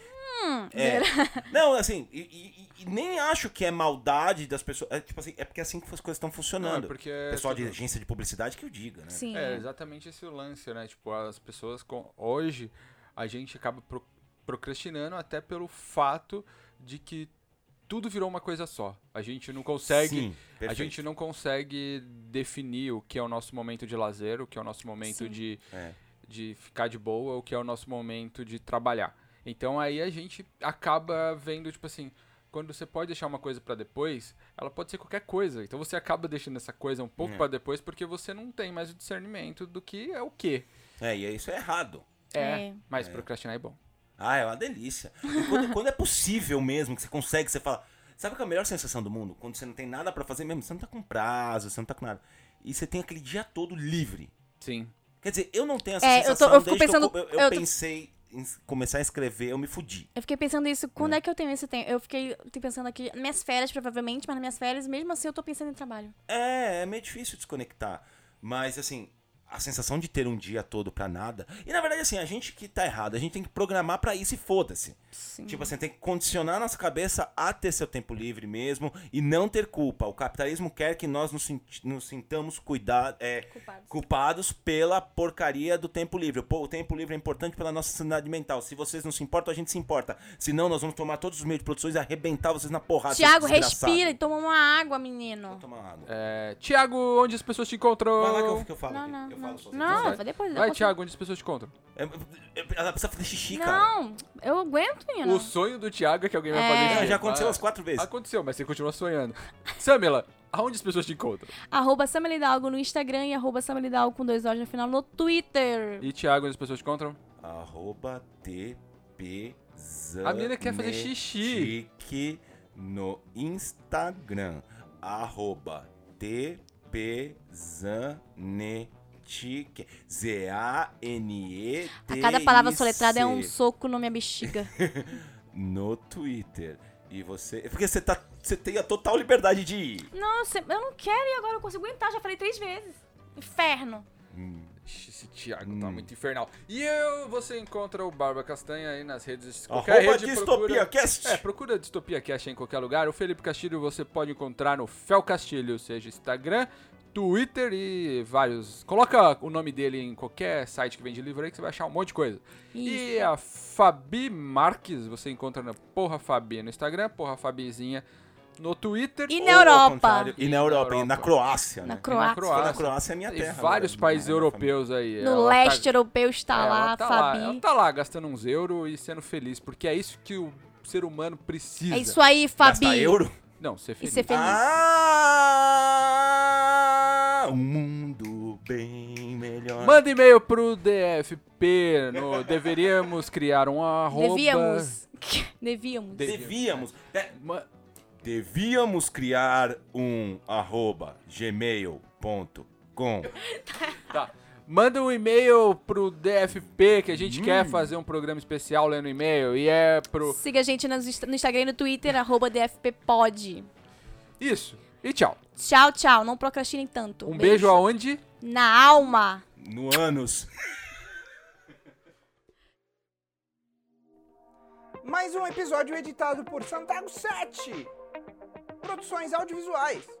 D: Hum,
B: É. Não, assim, e, e- e nem acho que é maldade das pessoas. É, tipo assim, é porque é assim que as coisas estão funcionando.
C: Não, é porque é
B: Pessoal de
C: tudo-
B: agência de publicidade que eu diga, né?
D: Sim.
C: É exatamente esse o lance, né? Tipo, as pessoas com hoje a gente acaba pro- procrastinando até pelo fato de que tudo virou uma coisa só. A gente não consegue,
B: Sim,
C: a
B: perfeito.
C: gente não consegue definir o que é o nosso momento de lazer, o que é o nosso momento
D: Sim.
C: de
B: É.
C: de ficar de boa, o que é o nosso momento de trabalhar. Então aí a gente acaba vendo, tipo assim, quando você pode deixar uma coisa pra depois, ela pode ser qualquer coisa. Então você acaba deixando essa coisa um pouco
B: É.
C: pra depois porque você não tem mais o discernimento do que é o que.
B: É, e isso é errado.
C: É,
D: É.
C: mas procrastinar é bom.
B: Ah, é uma delícia. E quando, quando é possível mesmo, que você consegue, você fala. Sabe qual é a melhor sensação do mundo? Quando você não tem nada pra fazer mesmo, você não tá com prazo, você não tá com nada. E você tem aquele dia todo livre.
C: Sim.
B: Quer dizer, eu não tenho essa
D: É, eu tô-
B: sensação.
D: eu fico
B: desde que
D: pensando-
B: eu, eu,
D: eu tô-
B: pensei em começar a escrever, eu me fudi.
D: Eu fiquei pensando isso, quando é, que eu tenho esse tempo? Eu fiquei pensando aqui, minhas férias, provavelmente, mas nas minhas férias, mesmo assim, eu tô pensando em trabalho.
B: É, é meio difícil desconectar. Mas, assim, a sensação de ter um dia todo pra nada. E na verdade, assim, a gente que tá errado, a gente tem que programar pra isso e foda-se.
D: Sim.
B: Tipo assim, tem que condicionar a nossa cabeça a ter seu tempo livre mesmo e não ter culpa. O capitalismo quer que nós nos, sinti- nos sintamos cuidar, é,
D: Culpados.
B: culpados pela porcaria do tempo livre. Pô, o tempo livre é importante pela nossa sanidade mental. Se vocês não se importam, a gente se importa. Senão, nós vamos tomar todos os meios de produções e arrebentar vocês na porrada. seus
D: Tiago,
B: desgraçados.
D: respira e toma uma água,
B: Vou
D: menino.
B: tomar uma água.
C: É, Tiago, onde as pessoas te encontram?
B: Vai lá que eu, que eu falo.
D: Não,
B: aqui.
D: não,
B: eu
D: não.
B: falo sozinho.
D: Não, vai depois.
C: Vai,
D: depois-
C: Tiago, onde as pessoas te encontram?
B: É, é, é, Ela precisa fazer xixi, cara.
D: Não, eu aguento, menino.
C: O sonho do Tiago é que alguém vai
D: É.
C: fazer
B: É,
C: xixi.
B: já aconteceu
C: Ah,
B: umas quatro vezes.
C: Aconteceu, mas você continua sonhando. Samela, aonde as pessoas te encontram?
D: Arroba Samelidalgo no Instagram e arroba Samelidalgo com dois olhos no final no Twitter.
C: E Tiago, onde as pessoas te encontram?
B: Arroba TP
C: A menina quer fazer xixi.
B: Zanetic no Instagram. Arroba TP Zanetic. Z-A-N-E.
D: A cada palavra soletrada é um soco na minha bexiga.
B: No Twitter. E você. Porque você tá. Você tem a total liberdade de ir.
D: não, eu se- eu não quero e agora eu consigo aguentar, já falei três vezes. Inferno.
C: Ixi, Esse Tiago
B: Hum.
C: tá muito infernal. E eu, você encontra o Barba Castanha aí nas redes.
B: Arroba
C: rede,
B: Distopia Cast.
C: É, procura Distopia Cast em qualquer lugar. O Felipe Castilho você pode encontrar no Fel Castilho, seja Instagram, Twitter e vários. Coloca o nome dele em qualquer site que vende livro aí que você vai achar um monte de coisa. E
D: Isso.
C: a Fabi Marques você encontra na Porra Fabi no Instagram, Porra Fabizinha no Twitter.
D: E
C: ou
D: na
B: Ou ao
D: Europa.
B: contrário, E na Europa, e na
C: Europa.
B: Croácia,
D: Na
B: né?
C: e na
D: Croácia.
B: Se for na Croácia é minha
C: Tem
B: terra.
C: vários
B: né?
C: países
B: Minha
C: europeus aí.
D: No
C: Ela tá-
D: leste europeu está
C: ela
D: lá,
C: tá
D: Fabi.
C: Ela tá lá gastando uns euros e sendo feliz, porque é isso que o ser humano precisa.
D: É isso aí,
B: família.
D: Fabi.
B: Gasta euro?
C: Não, ser feliz.
D: ser feliz.
B: Ah, um mundo bem melhor.
C: Manda e-mail pro DFP no deveríamos criar um arroba.
D: Devíamos. Devíamos.
C: De-
B: devíamos, de-
C: Ma-
B: devíamos criar um arroba gmail.com.
C: Tá. Manda um e-mail pro DFP que a gente quer fazer um programa especial lendo e-mail e é pro
D: Siga a gente nos insta- no Instagram e no Twitter, arroba DFPpod.
C: isso. E tchau.
D: Tchau, tchau. Não procrastinem tanto.
C: Um beijo aonde?
D: Na alma.
B: No anos.
F: Mais um episódio editado por Santago 7. Produções audiovisuais.